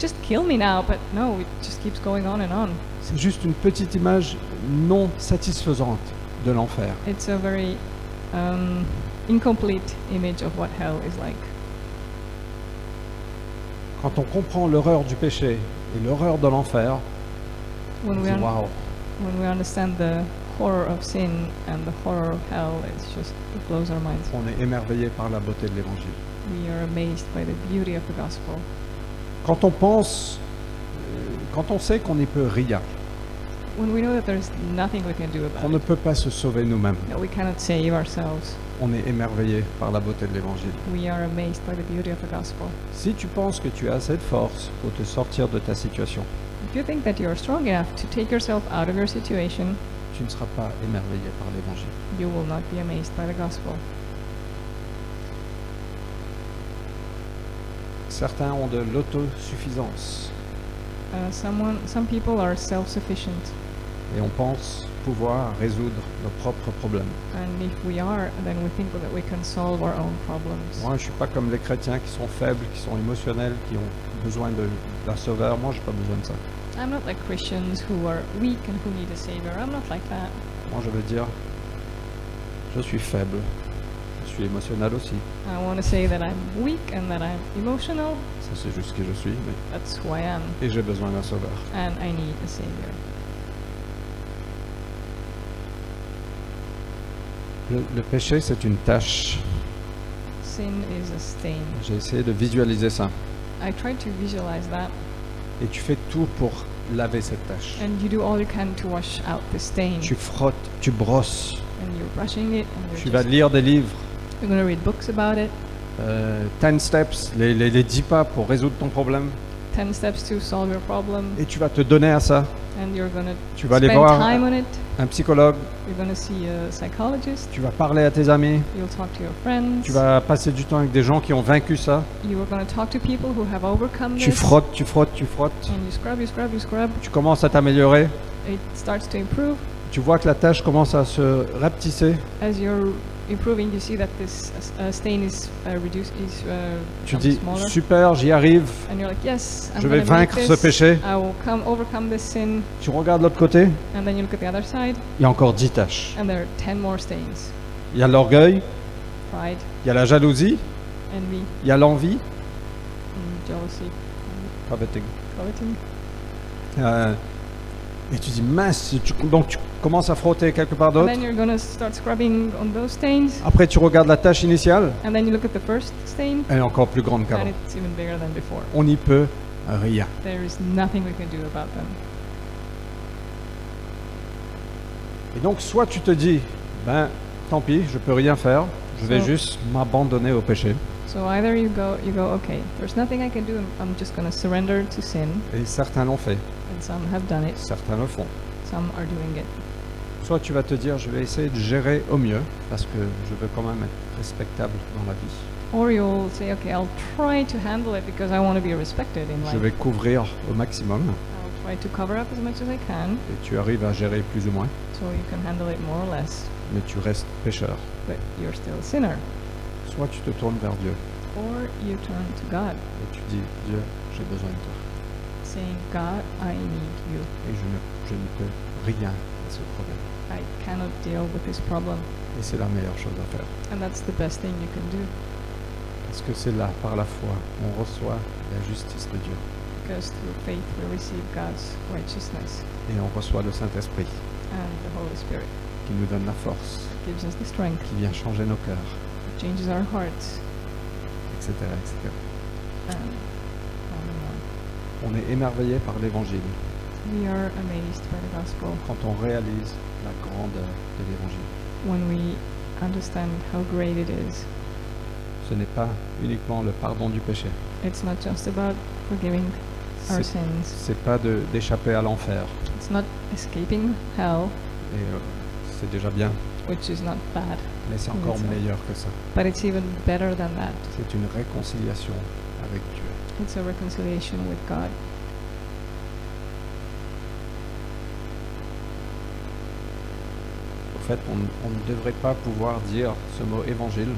Speaker 2: just kill me now, but no, it just keeps going on and on.
Speaker 1: C'est juste une petite image non satisfaisante de l'enfer.
Speaker 2: It's a very um, incomplete image of what hell is like.
Speaker 1: Quand on comprend l'horreur du péché et l'horreur de l'enfer, on
Speaker 2: When
Speaker 1: dit
Speaker 2: we un-
Speaker 1: waouh,
Speaker 2: when we understand the horror of sin and the horror of hell, it's just it blows our minds.
Speaker 1: on est émerveillé par la beauté de l'évangile.
Speaker 2: We are amazed by the beauty of the gospel.
Speaker 1: Quand on pense, euh, quand on sait qu'on n'y peut rien,
Speaker 2: When we know that there's nothing we can do about
Speaker 1: qu'on ne peut pas se sauver nous-mêmes,
Speaker 2: it, that we cannot save ourselves,
Speaker 1: on est émerveillé par la beauté de l'évangile.
Speaker 2: we are amazed by the beauty of the gospel.
Speaker 1: Si tu penses que tu as assez de force pour te sortir de ta situation,
Speaker 2: If you think that you are strong enough to take yourself out of your situation,
Speaker 1: tu ne seras pas émerveillé par l'évangile.
Speaker 2: you will not be amazed by the gospel.
Speaker 1: Certains ont de l'autosuffisance
Speaker 2: Uh, someone, some people are self-sufficient,
Speaker 1: et on pense pouvoir résoudre nos propres problèmes.
Speaker 2: and if we are, then we think that we can solve our own problems.
Speaker 1: Moi, je suis pas comme les chrétiens qui sont faibles, qui sont émotionnels, qui ont besoin de- d'un sauveur. Moi, j'ai pas besoin de ça.
Speaker 2: I'm not like Christians who are weak and who need a savior. I'm not like that.
Speaker 1: Moi, je veux dire, je suis faible. Je suis émotionnel aussi.
Speaker 2: I want to say that I'm weak and that I'm emotional.
Speaker 1: Ça, c'est juste qui je suis. mais-
Speaker 2: That's who I am,
Speaker 1: Et j'ai besoin d'un sauveur.
Speaker 2: and I need a savior.
Speaker 1: Le, le péché, c'est une tâche.
Speaker 2: Sin is a stain.
Speaker 1: J'ai essayé de visualiser ça.
Speaker 2: I tried to visualize that,
Speaker 1: Et tu fais tout pour laver cette tâche.
Speaker 2: and you do all you can to wash out the stain.
Speaker 1: Tu frottes, tu brosses.
Speaker 2: And you're brushing it, and you're,
Speaker 1: Tu vas
Speaker 2: just-
Speaker 1: lire des livres.
Speaker 2: you're gonna read books about it.
Speaker 1: Euh, 10 steps, les, les, les 10 pas pour résoudre ton problème.
Speaker 2: Ten steps to solve your problem,
Speaker 1: Et tu vas te donner à ça.
Speaker 2: and you're going to
Speaker 1: Tu vas
Speaker 2: spend
Speaker 1: aller voir
Speaker 2: time
Speaker 1: un
Speaker 2: on it.
Speaker 1: un psychologue,
Speaker 2: You're going to see a psychologist.
Speaker 1: tu vas parler à tes amis,
Speaker 2: You'll talk to your friends.
Speaker 1: tu vas passer du temps avec des gens qui ont vaincu ça.
Speaker 2: You are going to talk to people who have overcome
Speaker 1: Tu
Speaker 2: this.
Speaker 1: frottes, tu frottes, tu frottes.
Speaker 2: And you scrub, you scrub, you scrub.
Speaker 1: Tu commences à t'améliorer.
Speaker 2: It starts to improve.
Speaker 1: Tu vois que la tâche commence à se rapetisser.
Speaker 2: As you're improving, you see that this uh, stain is uh, reduced, is uh,
Speaker 1: Tu
Speaker 2: become
Speaker 1: dis
Speaker 2: smaller.
Speaker 1: super, j'y arrive,
Speaker 2: And you're like, yes, I'm
Speaker 1: je vais
Speaker 2: going to make
Speaker 1: vaincre ce
Speaker 2: this.
Speaker 1: péché.
Speaker 2: I will come overcome this sin.
Speaker 1: Tu regardes l'autre côté,
Speaker 2: And then you look at the other side,
Speaker 1: il y a encore dix tâches.
Speaker 2: and there are 10 more stains.
Speaker 1: Il y a l'orgueil,
Speaker 2: Pride,
Speaker 1: il y a la jalousie,
Speaker 2: envy,
Speaker 1: il y a l'envie.
Speaker 2: and jealousy,
Speaker 1: Ah, bah, t'es-
Speaker 2: coveting.
Speaker 1: Euh, et tu dis mince, tu- donc tu commences à frotter quelque part
Speaker 2: And
Speaker 1: d'autre.
Speaker 2: then you're going to start scrubbing on those stains.
Speaker 1: Après, tu regardes la tâche initiale,
Speaker 2: And then you look at the first stain,
Speaker 1: elle est encore plus grande qu'avant.
Speaker 2: and it's even bigger than before.
Speaker 1: On n'y peut rien.
Speaker 2: There is nothing we can do about them.
Speaker 1: Et donc, soit tu te dis, ben tant pis, je peux rien faire, je vais
Speaker 2: So-
Speaker 1: juste m'abandonner au péché.
Speaker 2: So either you go, you go, okay, there's nothing I can do. I'm, I'm just going to surrender to sin,
Speaker 1: Et certains l'ont fait,
Speaker 2: and some have done it,
Speaker 1: certains le font.
Speaker 2: some are doing it.
Speaker 1: Soit tu vas te dire, je vais essayer de gérer au mieux, parce que je veux quand même être respectable dans la vie.
Speaker 2: Or you'll say, okay, I'll try to handle it because I want to be respected in
Speaker 1: Je
Speaker 2: life.
Speaker 1: vais couvrir au maximum,
Speaker 2: I'll try to cover up as much as I can,
Speaker 1: et tu arrives à gérer plus ou moins,
Speaker 2: so you can handle it more or less.
Speaker 1: mais tu restes pécheur.
Speaker 2: But you're still a sinner.
Speaker 1: Soit tu te tournes vers Dieu,
Speaker 2: Or you turn to God,
Speaker 1: et tu dis, Dieu, j'ai besoin de toi.
Speaker 2: saying, God, I need you.
Speaker 1: et je ne, je ne peux rien à ce problème.
Speaker 2: I cannot deal with this problem.
Speaker 1: Et c'est la meilleure chose à faire.
Speaker 2: And that's the best thing you can do
Speaker 1: Parce que c'est là, par la foi, on reçoit la justice de Dieu
Speaker 2: because through faith we receive God's righteousness
Speaker 1: et on reçoit le Saint-Esprit
Speaker 2: and the Holy Spirit
Speaker 1: qui nous donne la force,
Speaker 2: gives us the strength.
Speaker 1: qui vient changer nos cœurs,
Speaker 2: changes our hearts.
Speaker 1: etc. etc.
Speaker 2: And on
Speaker 1: On est émerveillé par l'Évangile
Speaker 2: and on. We are amazed by the gospel
Speaker 1: quand on réalise la grandeur de l'Évangile.
Speaker 2: when we understand how great it is.
Speaker 1: Ce n'est pas uniquement le pardon du péché,
Speaker 2: It's not just about forgiving our
Speaker 1: c'est
Speaker 2: sins.
Speaker 1: c'est pas de- d'échapper à l'enfer,
Speaker 2: It's not escaping hell,
Speaker 1: et euh, c'est déjà bien,
Speaker 2: which is not bad,
Speaker 1: mais c'est encore
Speaker 2: Oui, ça.
Speaker 1: meilleur que ça.
Speaker 2: but it's even better than that.
Speaker 1: C'est une réconciliation avec Dieu.
Speaker 2: It's a reconciliation with God.
Speaker 1: En fait, on, on ne devrait pas pouvoir dire ce mot évangile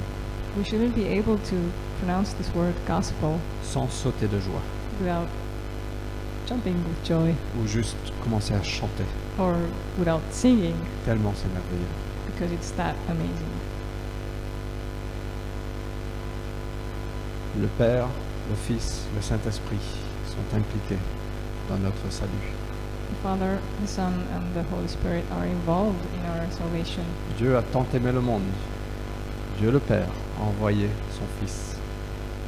Speaker 2: We shouldn't be able to pronounce this word gospel
Speaker 1: sans sauter de joie
Speaker 2: without jumping with joy
Speaker 1: ou juste commencer à chanter,
Speaker 2: or without singing
Speaker 1: tellement c'est merveilleux.
Speaker 2: because it's that amazing.
Speaker 1: Le Père, le Fils, le Saint-Esprit sont impliqués dans notre salut.
Speaker 2: The Father, the Son, and the Holy Spirit are involved in our salvation.
Speaker 1: Dieu a tant aimé le monde. Dieu le Père a envoyé son Fils.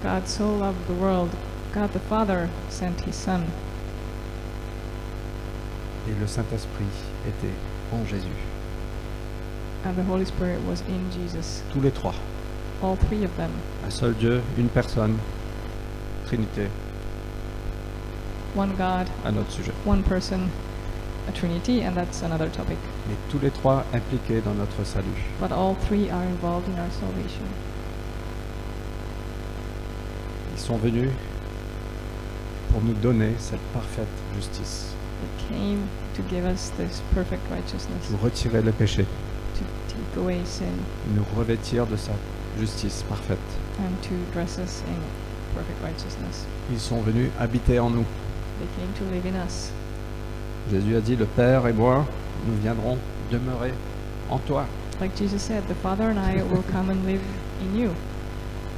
Speaker 2: God so loved the world. God the Father sent His Son,
Speaker 1: Et le Saint-Esprit était en Jésus.
Speaker 2: and the Holy Spirit was in Jesus.
Speaker 1: Tous les trois.
Speaker 2: All three of them.
Speaker 1: Un seul Dieu, une personne, Trinité
Speaker 2: One God,
Speaker 1: à notre sujet.
Speaker 2: one person, a Trinity, and that's another topic.
Speaker 1: Mais tous les trois impliqués dans notre salut.
Speaker 2: But all three are involved in our salvation.
Speaker 1: Ils sont venus pour nous donner cette parfaite justice,
Speaker 2: They came to give us this perfect righteousness,
Speaker 1: nous retirer le péché,
Speaker 2: to take away sin,
Speaker 1: nous revêtir de sa justice parfaite.
Speaker 2: and to dress us in perfect righteousness.
Speaker 1: Ils sont venus habiter en nous.
Speaker 2: They came to live in us.
Speaker 1: Jésus a dit, le Père et moi, nous viendrons demeurer en toi.
Speaker 2: Like Jesus said, the Father and I will come and live in you.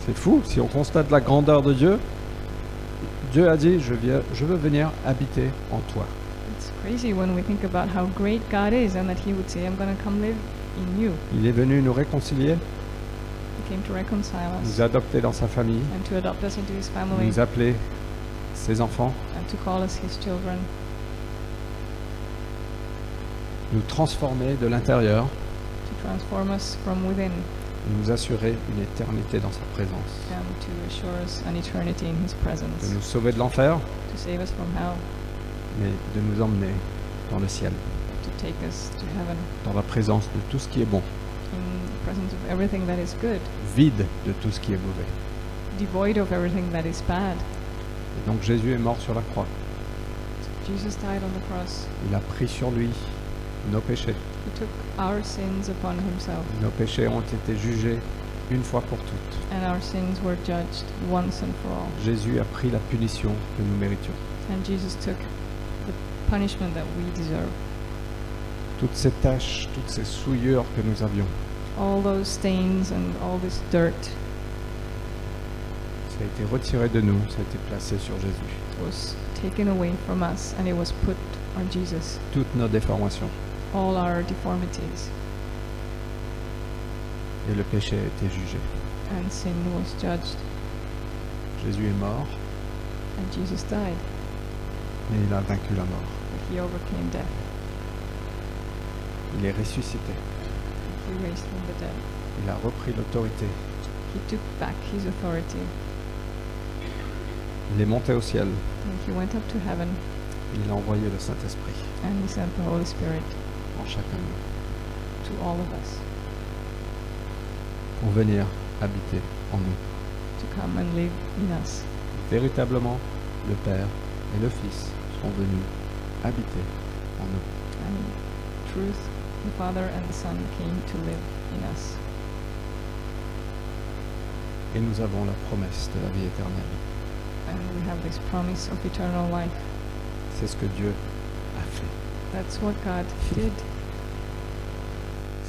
Speaker 1: C'est fou, si on constate la grandeur de Dieu, Dieu a dit, je, viens, je veux venir habiter en toi.
Speaker 2: It's crazy when we think about how great God is and that He would say, I'm going to come live in you.
Speaker 1: Il est venu nous réconcilier,
Speaker 2: He came to reconcile us
Speaker 1: nous adopter dans sa famille,
Speaker 2: and to adopt us into His family
Speaker 1: nous appeler ses enfants,
Speaker 2: and to call us His children,
Speaker 1: nous transformer de l'intérieur
Speaker 2: to transform us from within
Speaker 1: et nous assurer une éternité dans sa présence.
Speaker 2: and to assure us an eternity in His
Speaker 1: de
Speaker 2: presence,
Speaker 1: nous sauver de l'enfer,
Speaker 2: to save us from hell,
Speaker 1: mais de nous emmener dans le ciel,
Speaker 2: to take us to heaven
Speaker 1: dans la présence de tout ce qui est bon,
Speaker 2: in the presence of everything that is good,
Speaker 1: vide de tout ce qui est mauvais.
Speaker 2: devoid of everything that is bad.
Speaker 1: Et donc Jésus est mort sur la croix.
Speaker 2: Jesus died on the cross.
Speaker 1: Il a pris sur lui nos péchés.
Speaker 2: He took our sins upon himself,
Speaker 1: Nos péchés ont été jugés une fois pour toutes.
Speaker 2: and our sins were judged once and for all.
Speaker 1: Jésus a pris la punition que nous méritions.
Speaker 2: And Jesus took the punishment that we deserve.
Speaker 1: Toutes ces taches, toutes ces souillures que nous avions,
Speaker 2: All those stains and all this dirt
Speaker 1: ça a été retiré de nous, ça a été placé sur Jésus.
Speaker 2: was taken away from us, and it was put on Jesus.
Speaker 1: Toutes nos déformations.
Speaker 2: All our deformities
Speaker 1: Et le péché a été jugé.
Speaker 2: and sin was judged,
Speaker 1: Jésus est mort,
Speaker 2: and Jesus died.
Speaker 1: mais il a vaincu la mort.
Speaker 2: But he overcame death.
Speaker 1: Il est ressuscité.
Speaker 2: He raised from the dead.
Speaker 1: Il a repris l'autorité.
Speaker 2: He took back his authority.
Speaker 1: Il est monté au ciel.
Speaker 2: And he went up to heaven
Speaker 1: Il a envoyé le Saint-Esprit
Speaker 2: and he sent the Holy Spirit
Speaker 1: en chacun de nous
Speaker 2: to all of us
Speaker 1: pour venir habiter en nous.
Speaker 2: to come and live in us.
Speaker 1: Véritablement, le Père et le Fils sont venus habiter en nous.
Speaker 2: And in truth, the Father and the Son came to live in us.
Speaker 1: Et nous avons la promesse de la vie éternelle.
Speaker 2: And we have this promise of eternal life.
Speaker 1: C'est ce que Dieu a fait.
Speaker 2: That's what God did.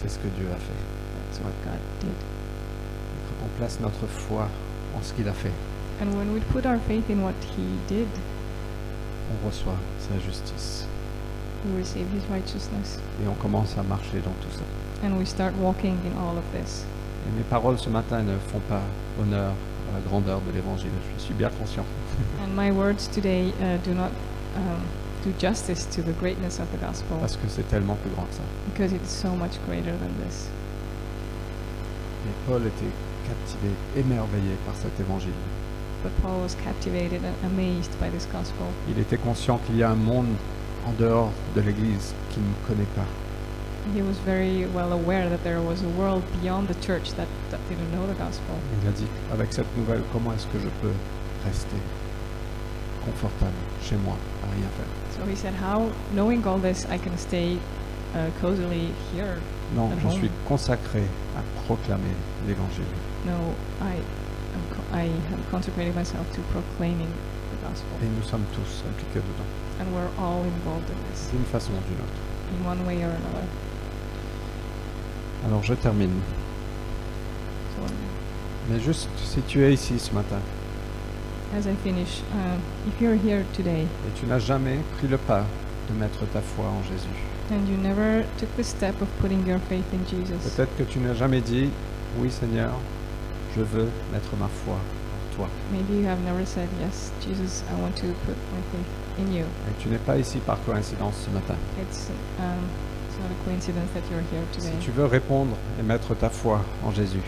Speaker 1: C'est ce que Dieu a fait.
Speaker 2: That's what God did.
Speaker 1: Quand on place notre foi en ce qu'il a fait,
Speaker 2: And when we put our faith in what He did,
Speaker 1: on reçoit sa justice.
Speaker 2: we receive His righteousness.
Speaker 1: Et on commence à marcher dans tout ça.
Speaker 2: And we start walking in all of this.
Speaker 1: Et mes paroles ce matin ne font pas honneur à la grandeur de l'Évangile. Je suis bien conscient.
Speaker 2: And my words today uh, do not um, do justice to the greatness of the gospel
Speaker 1: Parce que c'est tellement plus grand que ça.
Speaker 2: because it's so much greater than this.
Speaker 1: Mais Paul était captivé, émerveillé par cet Évangile.
Speaker 2: But Paul was captivated and amazed by this gospel.
Speaker 1: Il était conscient qu'il y a un monde en dehors de l'Église qui ne connaît pas.
Speaker 2: He was very well aware that there was a world beyond the church that, that didn't know the gospel.
Speaker 1: Il a dit, avec cette nouvelle, comment est-ce que je peux rester confortable chez moi à rien faire
Speaker 2: So he said, How, knowing all this, I can stay uh, cosily here?
Speaker 1: Non,
Speaker 2: Ah
Speaker 1: je
Speaker 2: bon
Speaker 1: suis consacré à proclamer l'Évangile.
Speaker 2: No, I, am co- I have consecrated myself to proclaiming the gospel.
Speaker 1: Et nous sommes tous impliqués dedans,
Speaker 2: And we're all involved in this
Speaker 1: d'une façon ou d'une autre.
Speaker 2: in one way or another.
Speaker 1: Alors je termine.
Speaker 2: So um,
Speaker 1: Mais juste, si tu es ici ce matin
Speaker 2: as I finish, um, if you're here today
Speaker 1: et tu n'as jamais pris le pas de mettre ta foi en Jésus,
Speaker 2: and you never took the step of putting your faith in Jesus,
Speaker 1: peut-être que tu n'as jamais dit, oui Seigneur, je veux mettre ma foi en toi.
Speaker 2: maybe you have never said, Yes, Jesus, I want to put my faith in you.
Speaker 1: Et tu n'es pas ici par coïncidence ce matin.
Speaker 2: It's um, it's not a coincidence that you're here
Speaker 1: Si
Speaker 2: today.
Speaker 1: tu veux répondre et mettre ta foi en Jésus,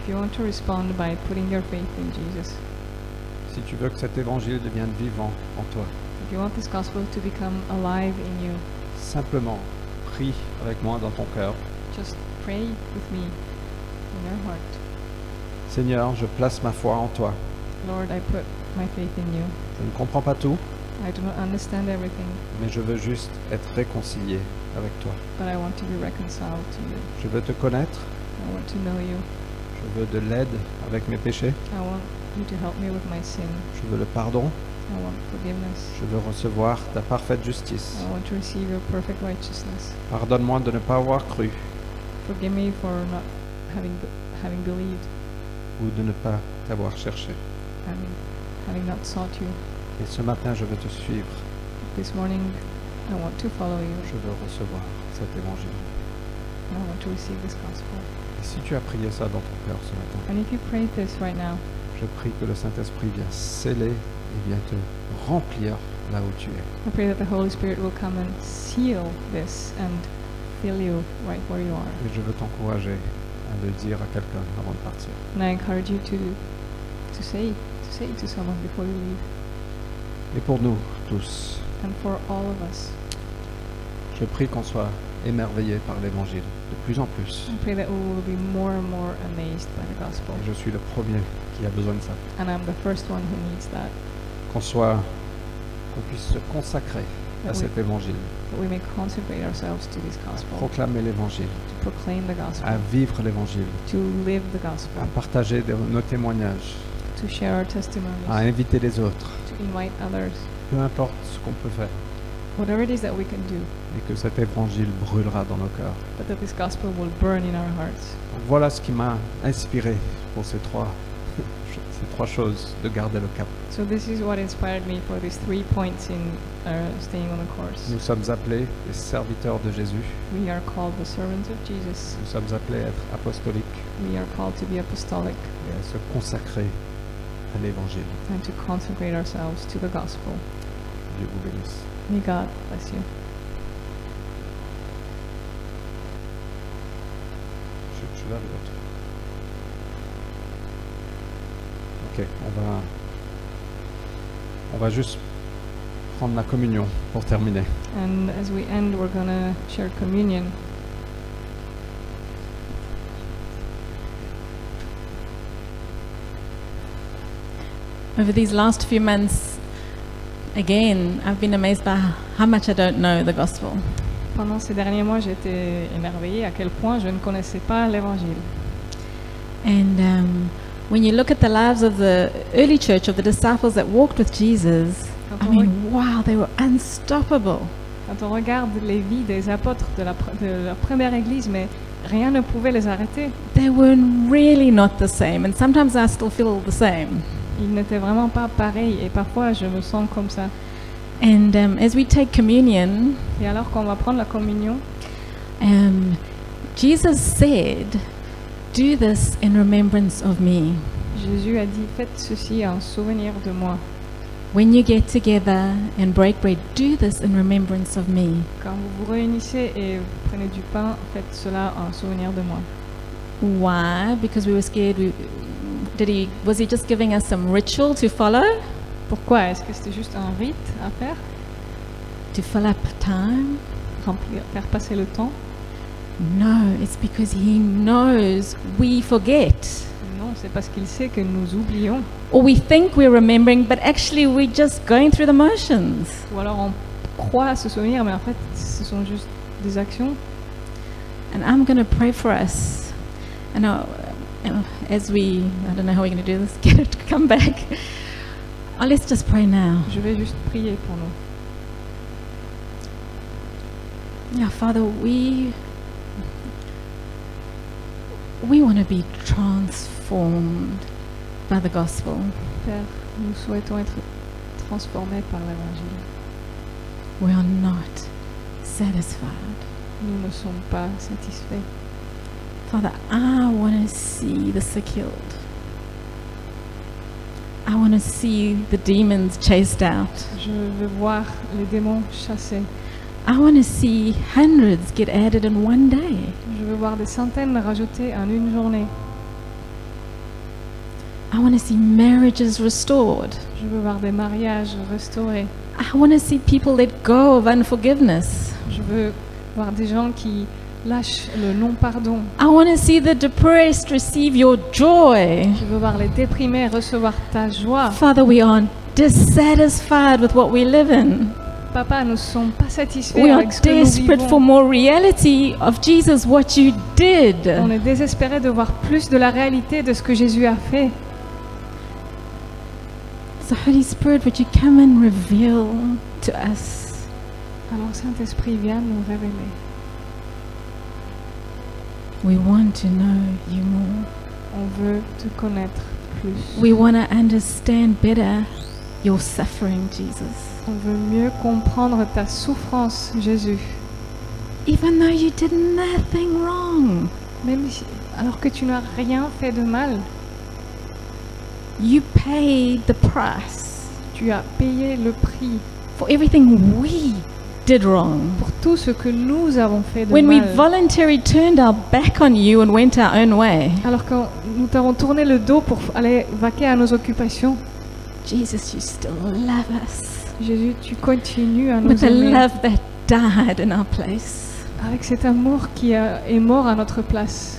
Speaker 2: If you want to respond by putting your faith in Jesus,
Speaker 1: si tu veux que cet évangile devienne vivant en toi,
Speaker 2: if you want this gospel to become alive in you,
Speaker 1: simplement prie avec moi dans ton cœur.
Speaker 2: just pray with me in your heart.
Speaker 1: Seigneur, je place ma foi en toi.
Speaker 2: Lord, I put my faith in you.
Speaker 1: Je ne comprends pas tout,
Speaker 2: I do not understand everything,
Speaker 1: mais je veux juste être réconcilié avec toi.
Speaker 2: but I want to be reconciled to you.
Speaker 1: Je veux te connaître,
Speaker 2: I want to know you.
Speaker 1: je veux de l'aide avec mes péchés,
Speaker 2: I want you to help me with my sin.
Speaker 1: je veux le pardon,
Speaker 2: I want forgiveness.
Speaker 1: je veux recevoir ta parfaite justice.
Speaker 2: I want to receive your perfect righteousness.
Speaker 1: Pardonne-moi de ne pas avoir cru
Speaker 2: Forgive me for not having having believed,
Speaker 1: ou de ne pas t'avoir cherché.
Speaker 2: having having not sought you.
Speaker 1: Et ce matin, je veux te suivre,
Speaker 2: This morning, I want to follow you.
Speaker 1: je veux recevoir cet évangile.
Speaker 2: I want to receive this gospel.
Speaker 1: Et si tu as prié ça dans ton cœur ce matin,
Speaker 2: And if you pray this right now,
Speaker 1: Je prie que le Saint-Esprit vienne sceller et vienne te remplir là où tu es.
Speaker 2: I pray that the Holy Spirit will come and seal this and fill you right where you are.
Speaker 1: Et je veux t'encourager à le dire à quelqu'un avant de partir.
Speaker 2: And I encourage you to to say to say to someone before you leave.
Speaker 1: Et pour nous tous,
Speaker 2: And for all of us,
Speaker 1: Je prie qu'on soit émerveillé par l'Évangile de plus en plus.
Speaker 2: I pray that we will be more and more amazed by the gospel.
Speaker 1: Et je suis le premier qui a besoin de ça.
Speaker 2: And I'm the first one who needs that.
Speaker 1: Qu'on soit, qu'on puisse se consacrer à
Speaker 2: That we,
Speaker 1: cet Évangile,
Speaker 2: that we may consecrate ourselves to this gospel,
Speaker 1: proclamer l'Évangile,
Speaker 2: to proclaim the
Speaker 1: à
Speaker 2: gospel,
Speaker 1: vivre l'Évangile,
Speaker 2: to live the
Speaker 1: à
Speaker 2: gospel,
Speaker 1: partager de- nos témoignages,
Speaker 2: to share our
Speaker 1: à
Speaker 2: testimonies,
Speaker 1: inviter les autres,
Speaker 2: to invite others.
Speaker 1: peu importe ce qu'on peut faire,
Speaker 2: Whatever it is that we can do,
Speaker 1: et que cet Évangile brûlera dans nos cœurs.
Speaker 2: but that this gospel will burn in our hearts.
Speaker 1: Donc voilà ce qui m'a inspiré pour ces trois, ces trois choses, de garder le cap.
Speaker 2: So this is what inspired me for these three points in uh, staying on the course.
Speaker 1: Nous sommes appelés les serviteurs de Jésus,
Speaker 2: We are called the servants of Jesus.
Speaker 1: nous sommes appelés à être apostoliques
Speaker 2: We are called to be apostolic
Speaker 1: et à se consacrer à l'Évangile.
Speaker 2: and to consecrate ourselves to the gospel.
Speaker 1: Dieu vous bénisse.
Speaker 2: May God bless you.
Speaker 1: Je, je l'avais, l'autre. Ok, on va, on va juste prendre la communion pour terminer.
Speaker 2: And as we end, we're going to share communion.
Speaker 3: Over these last few months, again, I've been amazed by how much I don't know the gospel.
Speaker 2: Pendant ces derniers mois, j'étais émerveillée à quel point je ne connaissais pas l'évangile.
Speaker 3: And um, when you look at the lives of the early church, of the disciples that walked with Jesus,
Speaker 2: Quand
Speaker 3: I
Speaker 2: on, re-
Speaker 3: mean, wow, they were unstoppable.
Speaker 2: quand on regarde les vies des apôtres de la, pre- de la première église, mais rien ne pouvait les arrêter.
Speaker 3: They were really not the same. And sometimes I still feel the same.
Speaker 2: Ils n'étaient vraiment pas pareils et parfois je me sens comme ça.
Speaker 3: And um, as we take communion,
Speaker 2: Et alors qu'on va prendre la communion,
Speaker 3: um, Jesus said, Do this in remembrance of me.
Speaker 2: Jésus a dit Faites ceci en souvenir de moi.
Speaker 3: When you get together and break bread, do this in remembrance of me.
Speaker 2: Quand vous vous réunissez et vous prenez du pain, faites cela en souvenir de moi.
Speaker 3: Why? Because we were scared. We, did he was he just giving us some ritual to follow
Speaker 2: Pourquoi Est-ce que c'était juste un rite à faire
Speaker 3: to fill up time?
Speaker 2: Remplir, faire passer le temps
Speaker 3: No, it's because he knows we forget
Speaker 2: Non, c'est parce qu'il sait que nous oublions.
Speaker 3: or we think we're remembering, but actually we're just going through the motions.
Speaker 2: Ou alors on croit se souvenir, mais en fait, ce sont juste des actions.
Speaker 3: And I'm going to pray for us. And I'll, uh, as we, I don't know how we're going to do this. Get it to come back. Oh, let's just pray now.
Speaker 2: Je vais juste prier pour nous.
Speaker 3: Yeah, Father, we we want to be transformed by the gospel.
Speaker 2: Père, nous souhaitons être transformés par l'Évangile.
Speaker 3: We are not satisfied.
Speaker 2: Nous ne sommes pas satisfaits.
Speaker 3: Father, I want to see the sick healed. I want to see the demons chased out.
Speaker 2: Je veux voir les démons chassés.
Speaker 3: I want to see hundreds get added in one day.
Speaker 2: Je veux voir des centaines rajoutées en une journée.
Speaker 3: I want to see marriages restored.
Speaker 2: Je veux voir des mariages restaurés.
Speaker 3: I want to see people let go of unforgiveness.
Speaker 2: Je veux voir des gens qui lâchent le non-pardon.
Speaker 3: I want to see the depressed receive your joy.
Speaker 2: Je veux voir les déprimés recevoir ta joie.
Speaker 3: Father, we are dissatisfied with what we live in.
Speaker 2: Papa, nous ne sommes pas satisfaits
Speaker 3: We are
Speaker 2: avec ce que nous
Speaker 3: desperate
Speaker 2: vivons.
Speaker 3: for more reality of Jesus, what you
Speaker 2: On
Speaker 3: did.
Speaker 2: est désespéré de voir plus de la réalité de ce que Jésus a fait.
Speaker 3: So, Holy Spirit, would you come and reveal to us
Speaker 2: Alors Saint-Esprit, viens nous révéler.
Speaker 3: we want to know you more.
Speaker 2: On veut te connaître plus.
Speaker 3: We want to understand better your suffering, Jesus.
Speaker 2: On veut mieux comprendre ta souffrance, Jésus.
Speaker 3: Even though you did nothing wrong,
Speaker 2: Même si- alors que tu n'as rien fait de mal,
Speaker 3: you paid the price
Speaker 2: tu as payé le prix
Speaker 3: for everything we did wrong.
Speaker 2: pour tout ce que nous avons fait de
Speaker 3: When we
Speaker 2: mal.
Speaker 3: voluntarily turned our back on you and went our own way,
Speaker 2: Alors que nous t'avons tourné le dos pour aller vaquer à nos occupations,
Speaker 3: Jesus, you still love us
Speaker 2: Jésus, tu continues à
Speaker 3: with
Speaker 2: nous
Speaker 3: a
Speaker 2: aimer
Speaker 3: love that died in our place.
Speaker 2: avec cet amour qui a- est mort à notre place.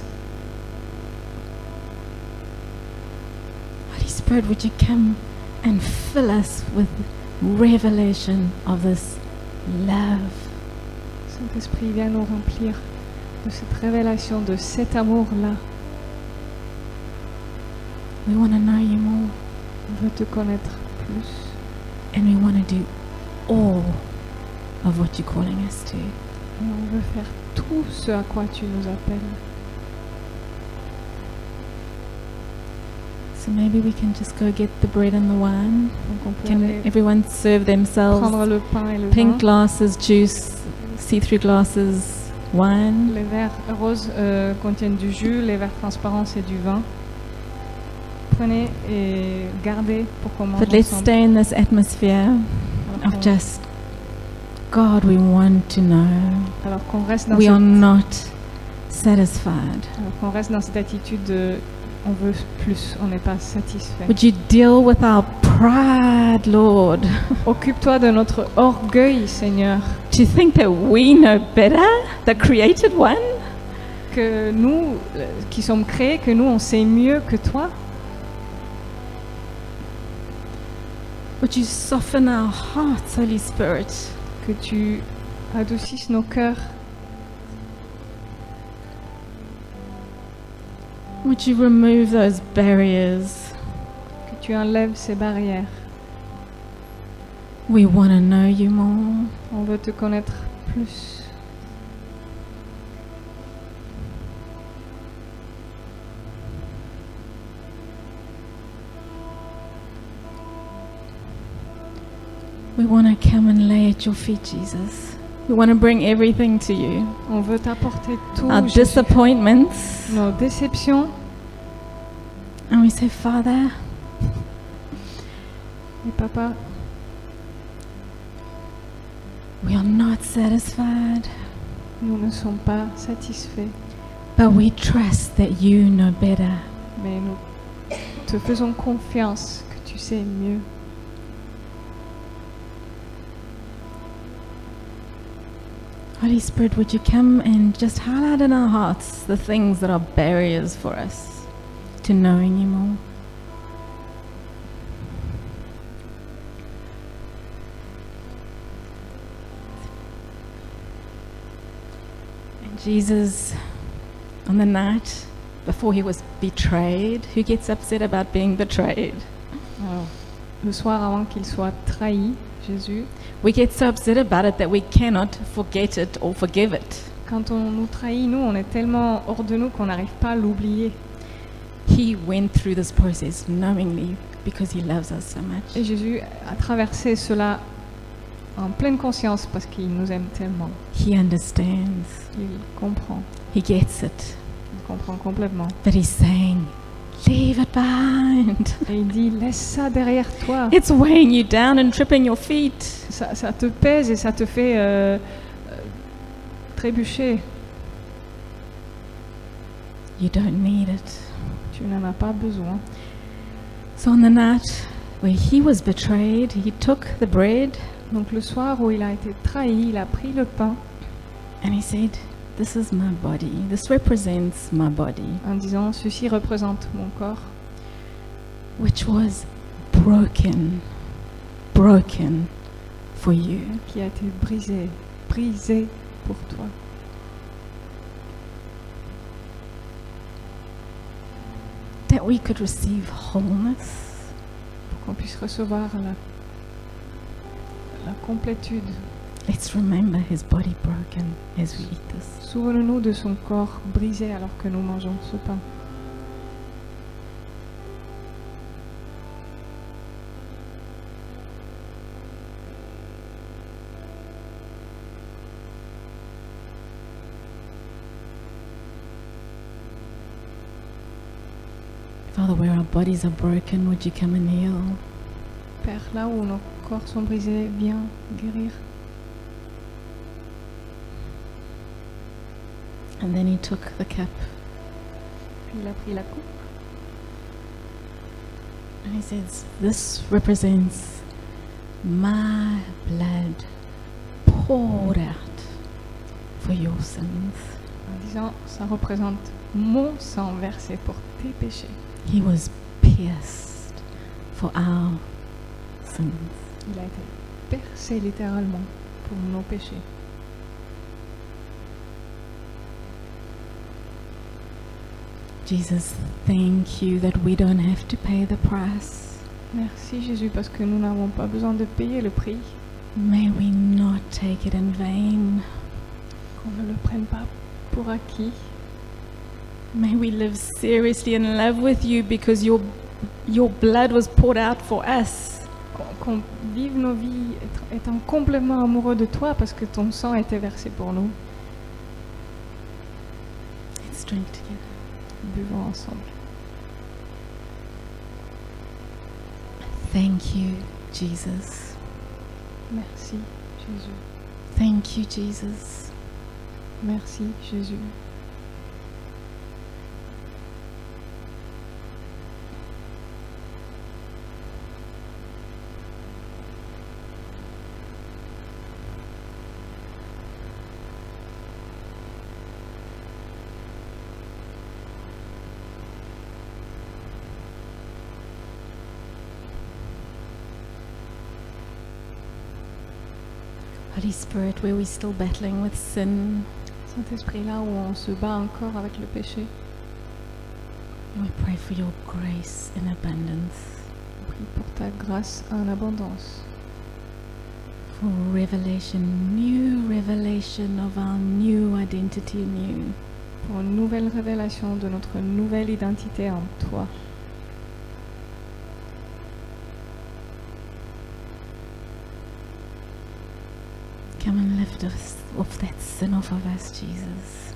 Speaker 3: Holy Spirit, would you come and fill us with revelation of this love?
Speaker 2: Saint-Esprit, viens nous remplir de cette révélation, de cet amour-là.
Speaker 3: We want to know you more
Speaker 2: On veut te connaître plus
Speaker 3: and we want to do all of what you're calling us to.
Speaker 2: et on veut faire tout ce à quoi tu nous appelles.
Speaker 3: So maybe we can just go get the bread and the wine.
Speaker 2: Donc on peut
Speaker 3: Can
Speaker 2: aller
Speaker 3: everyone serve
Speaker 2: prendre
Speaker 3: themselves
Speaker 2: le pain et le
Speaker 3: pink
Speaker 2: vin,
Speaker 3: glasses, juice, see through glasses, wine?
Speaker 2: les verres roses euh, contiennent du jus, les verres transparents c'est du vin. Prenez et gardez pour qu'on mange
Speaker 3: But let's
Speaker 2: ensemble.
Speaker 3: stay in this atmosphere
Speaker 2: Alors
Speaker 3: of
Speaker 2: qu'on-
Speaker 3: just God, we want to know.
Speaker 2: Alors qu'on reste, dans
Speaker 3: We are
Speaker 2: cette-
Speaker 3: not satisfied.
Speaker 2: alors qu'on reste dans cette attitude de on veut plus, on n'est pas satisfait.
Speaker 3: Would you deal with our pride, Lord?
Speaker 2: Occupe-toi de notre orgueil, Seigneur,
Speaker 3: Do you think that we know better, the created one?
Speaker 2: que nous euh, qui sommes créés, que nous on sait mieux que toi.
Speaker 3: Would you soften our hearts, Holy Spirit?
Speaker 2: que tu adoucisses nos cœurs,
Speaker 3: Would you remove those barriers?
Speaker 2: que tu enlèves ces barrières.
Speaker 3: We want to know you more.
Speaker 2: On veut te connaître plus.
Speaker 3: We want to come and lay at your feet, Jesus. We want to bring everything to you
Speaker 2: On veut t'apporter tout,
Speaker 3: our
Speaker 2: Jésus.
Speaker 3: disappointments.
Speaker 2: nos déceptions.
Speaker 3: And we say, Father,
Speaker 2: Et papa,
Speaker 3: we are not satisfied,
Speaker 2: nous ne sommes pas satisfaits,
Speaker 3: but we trust that you know better.
Speaker 2: mais nous te faisons confiance que tu sais mieux.
Speaker 3: Holy Spirit, would you come and just highlight in our hearts the things that are barriers for us to knowing you more? And Jesus, on the night before he was betrayed, who gets upset about being betrayed?
Speaker 2: Alors, le soir avant qu'il soit trahi, Jésus,
Speaker 3: We get so upset about it that we cannot forget it or forgive it.
Speaker 2: quand on nous trahit, nous, on est tellement hors de nous qu'on n'arrive pas à l'oublier.
Speaker 3: He went through this process knowingly because he loves us so
Speaker 2: Et
Speaker 3: much.
Speaker 2: Jésus a traversé cela en pleine conscience parce qu'il nous aime tellement.
Speaker 3: He understands.
Speaker 2: Il comprend,
Speaker 3: He gets it.
Speaker 2: il comprend complètement.
Speaker 3: But he's saying, leave it behind.
Speaker 2: Et il dit, laisse ça derrière toi.
Speaker 3: It's weighing you down and tripping your feet.
Speaker 2: Ça, ça te pèse et ça te fait euh, euh, trébucher.
Speaker 3: You don't need it.
Speaker 2: Tu n'en as pas besoin.
Speaker 3: So on the night where he was betrayed, he took the bread
Speaker 2: Donc le soir où il a été trahi, il a pris le pain
Speaker 3: and he said, this is my body. This represents my body,
Speaker 2: en disant, ceci représente mon corps
Speaker 3: which was broken, broken for you.
Speaker 2: qui a été brisé, brisé pour toi.
Speaker 3: That we could receive wholeness.
Speaker 2: Pour qu'on puisse recevoir la, la complétude.
Speaker 3: Let's remember his body broken as we eat this.
Speaker 2: Souvenons-nous de son corps brisé alors que nous mangeons ce pain.
Speaker 3: Father, where our bodies are broken, would you come and heal?
Speaker 2: Père, là où nos corps sont brisés, viens guérir.
Speaker 3: And then he took the cup
Speaker 2: Puis il a pris la coupe.
Speaker 3: and he says, This represents my blood poured poured out for your sins.
Speaker 2: En disant, ça représente mon sang versé pour tes péchés.
Speaker 3: He was pierced for our sins.
Speaker 2: Il a été percé littéralement pour nos péchés.
Speaker 3: Jesus, thank you that we don't have to pay the price.
Speaker 2: Merci Jésus parce que nous n'avons pas besoin de payer le prix,
Speaker 3: May we not take it in vain.
Speaker 2: qu'on ne le prenne pas pour acquis.
Speaker 3: May we live seriously in love with you because your, your blood was poured out for us.
Speaker 2: qu'on- qu'on vive nos vies être- étant complètement amoureux de toi parce que ton sang a été versé pour nous.
Speaker 3: Let's drink together.
Speaker 2: Buvons ensemble.
Speaker 3: Thank you, Jesus.
Speaker 2: Merci Jésus.
Speaker 3: Thank you, Jesus.
Speaker 2: Merci Jésus.
Speaker 3: Holy Spirit, where we're still battling with sin,
Speaker 2: Saint-Esprit, là où on se bat encore avec le péché,
Speaker 3: we pray for your grace in abundance,
Speaker 2: on prie pour ta grâce en abondance,
Speaker 3: for revelation, new revelation of our new identity in you.
Speaker 2: pour une nouvelle révélation de notre nouvelle identité en toi.
Speaker 3: Come and lift us off that sin off of us, Jesus.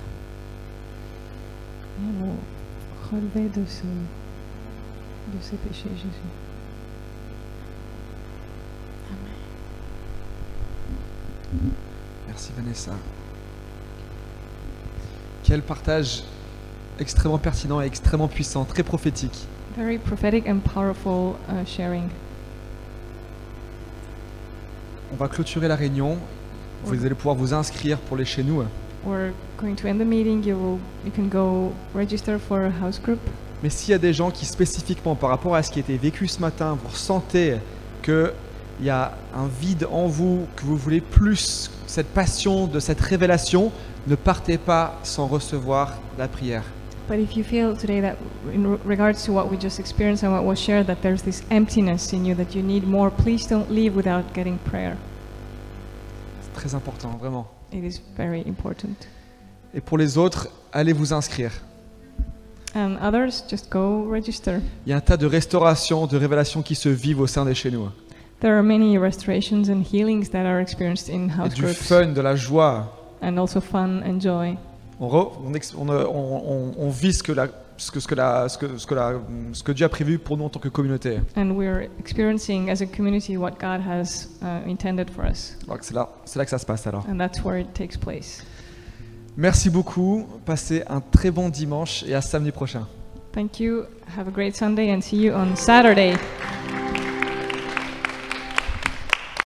Speaker 2: Viens nous relever de, ce, de ces péchés, Jésus.
Speaker 4: Merci Vanessa. Quel partage extrêmement pertinent et extrêmement puissant, très prophétique.
Speaker 2: Very prophetic and powerful uh, sharing.
Speaker 4: On va clôturer la réunion. Vous allez pouvoir vous inscrire pour les chez nous.
Speaker 2: We're going to end the meeting. You will, you can go register for a house group.
Speaker 4: Mais s'il y a des gens qui spécifiquement par rapport à ce qui a été vécu ce matin, vous ressentez qu'il y a un vide en vous, que vous voulez plus cette passion de cette révélation, ne partez pas sans recevoir la prière.
Speaker 2: But if you feel today that, in re- regards to what we just experienced and what was shared, that there's this emptiness in you that you need more, please don't leave without getting prayer.
Speaker 4: C'est très important, vraiment.
Speaker 2: It is very important.
Speaker 4: Et pour les autres, allez vous inscrire.
Speaker 2: And others, just go register.
Speaker 4: Il y a un tas de restaurations, de révélations qui se vivent au sein des chez nous. hein.
Speaker 2: There are many restorations and healings that are experienced in
Speaker 4: Et
Speaker 2: house
Speaker 4: du
Speaker 2: groups,
Speaker 4: fun, de la joie.
Speaker 2: and also fun and joy.
Speaker 4: On, re- on ex- on, euh, on- on- on vit ce que, la- ce que- ce que la- ce que- ce que la- ce que Dieu a prévu pour nous en tant que communauté.
Speaker 2: And we're experiencing as a community what God has uh, intended for us,
Speaker 4: Alors que C'est là, c'est là que ça se passe alors.
Speaker 2: and that's where it takes place.
Speaker 4: Merci beaucoup. Passez un très bon dimanche et à samedi prochain.
Speaker 2: Thank you. Have a great Sunday, and see you on Saturday.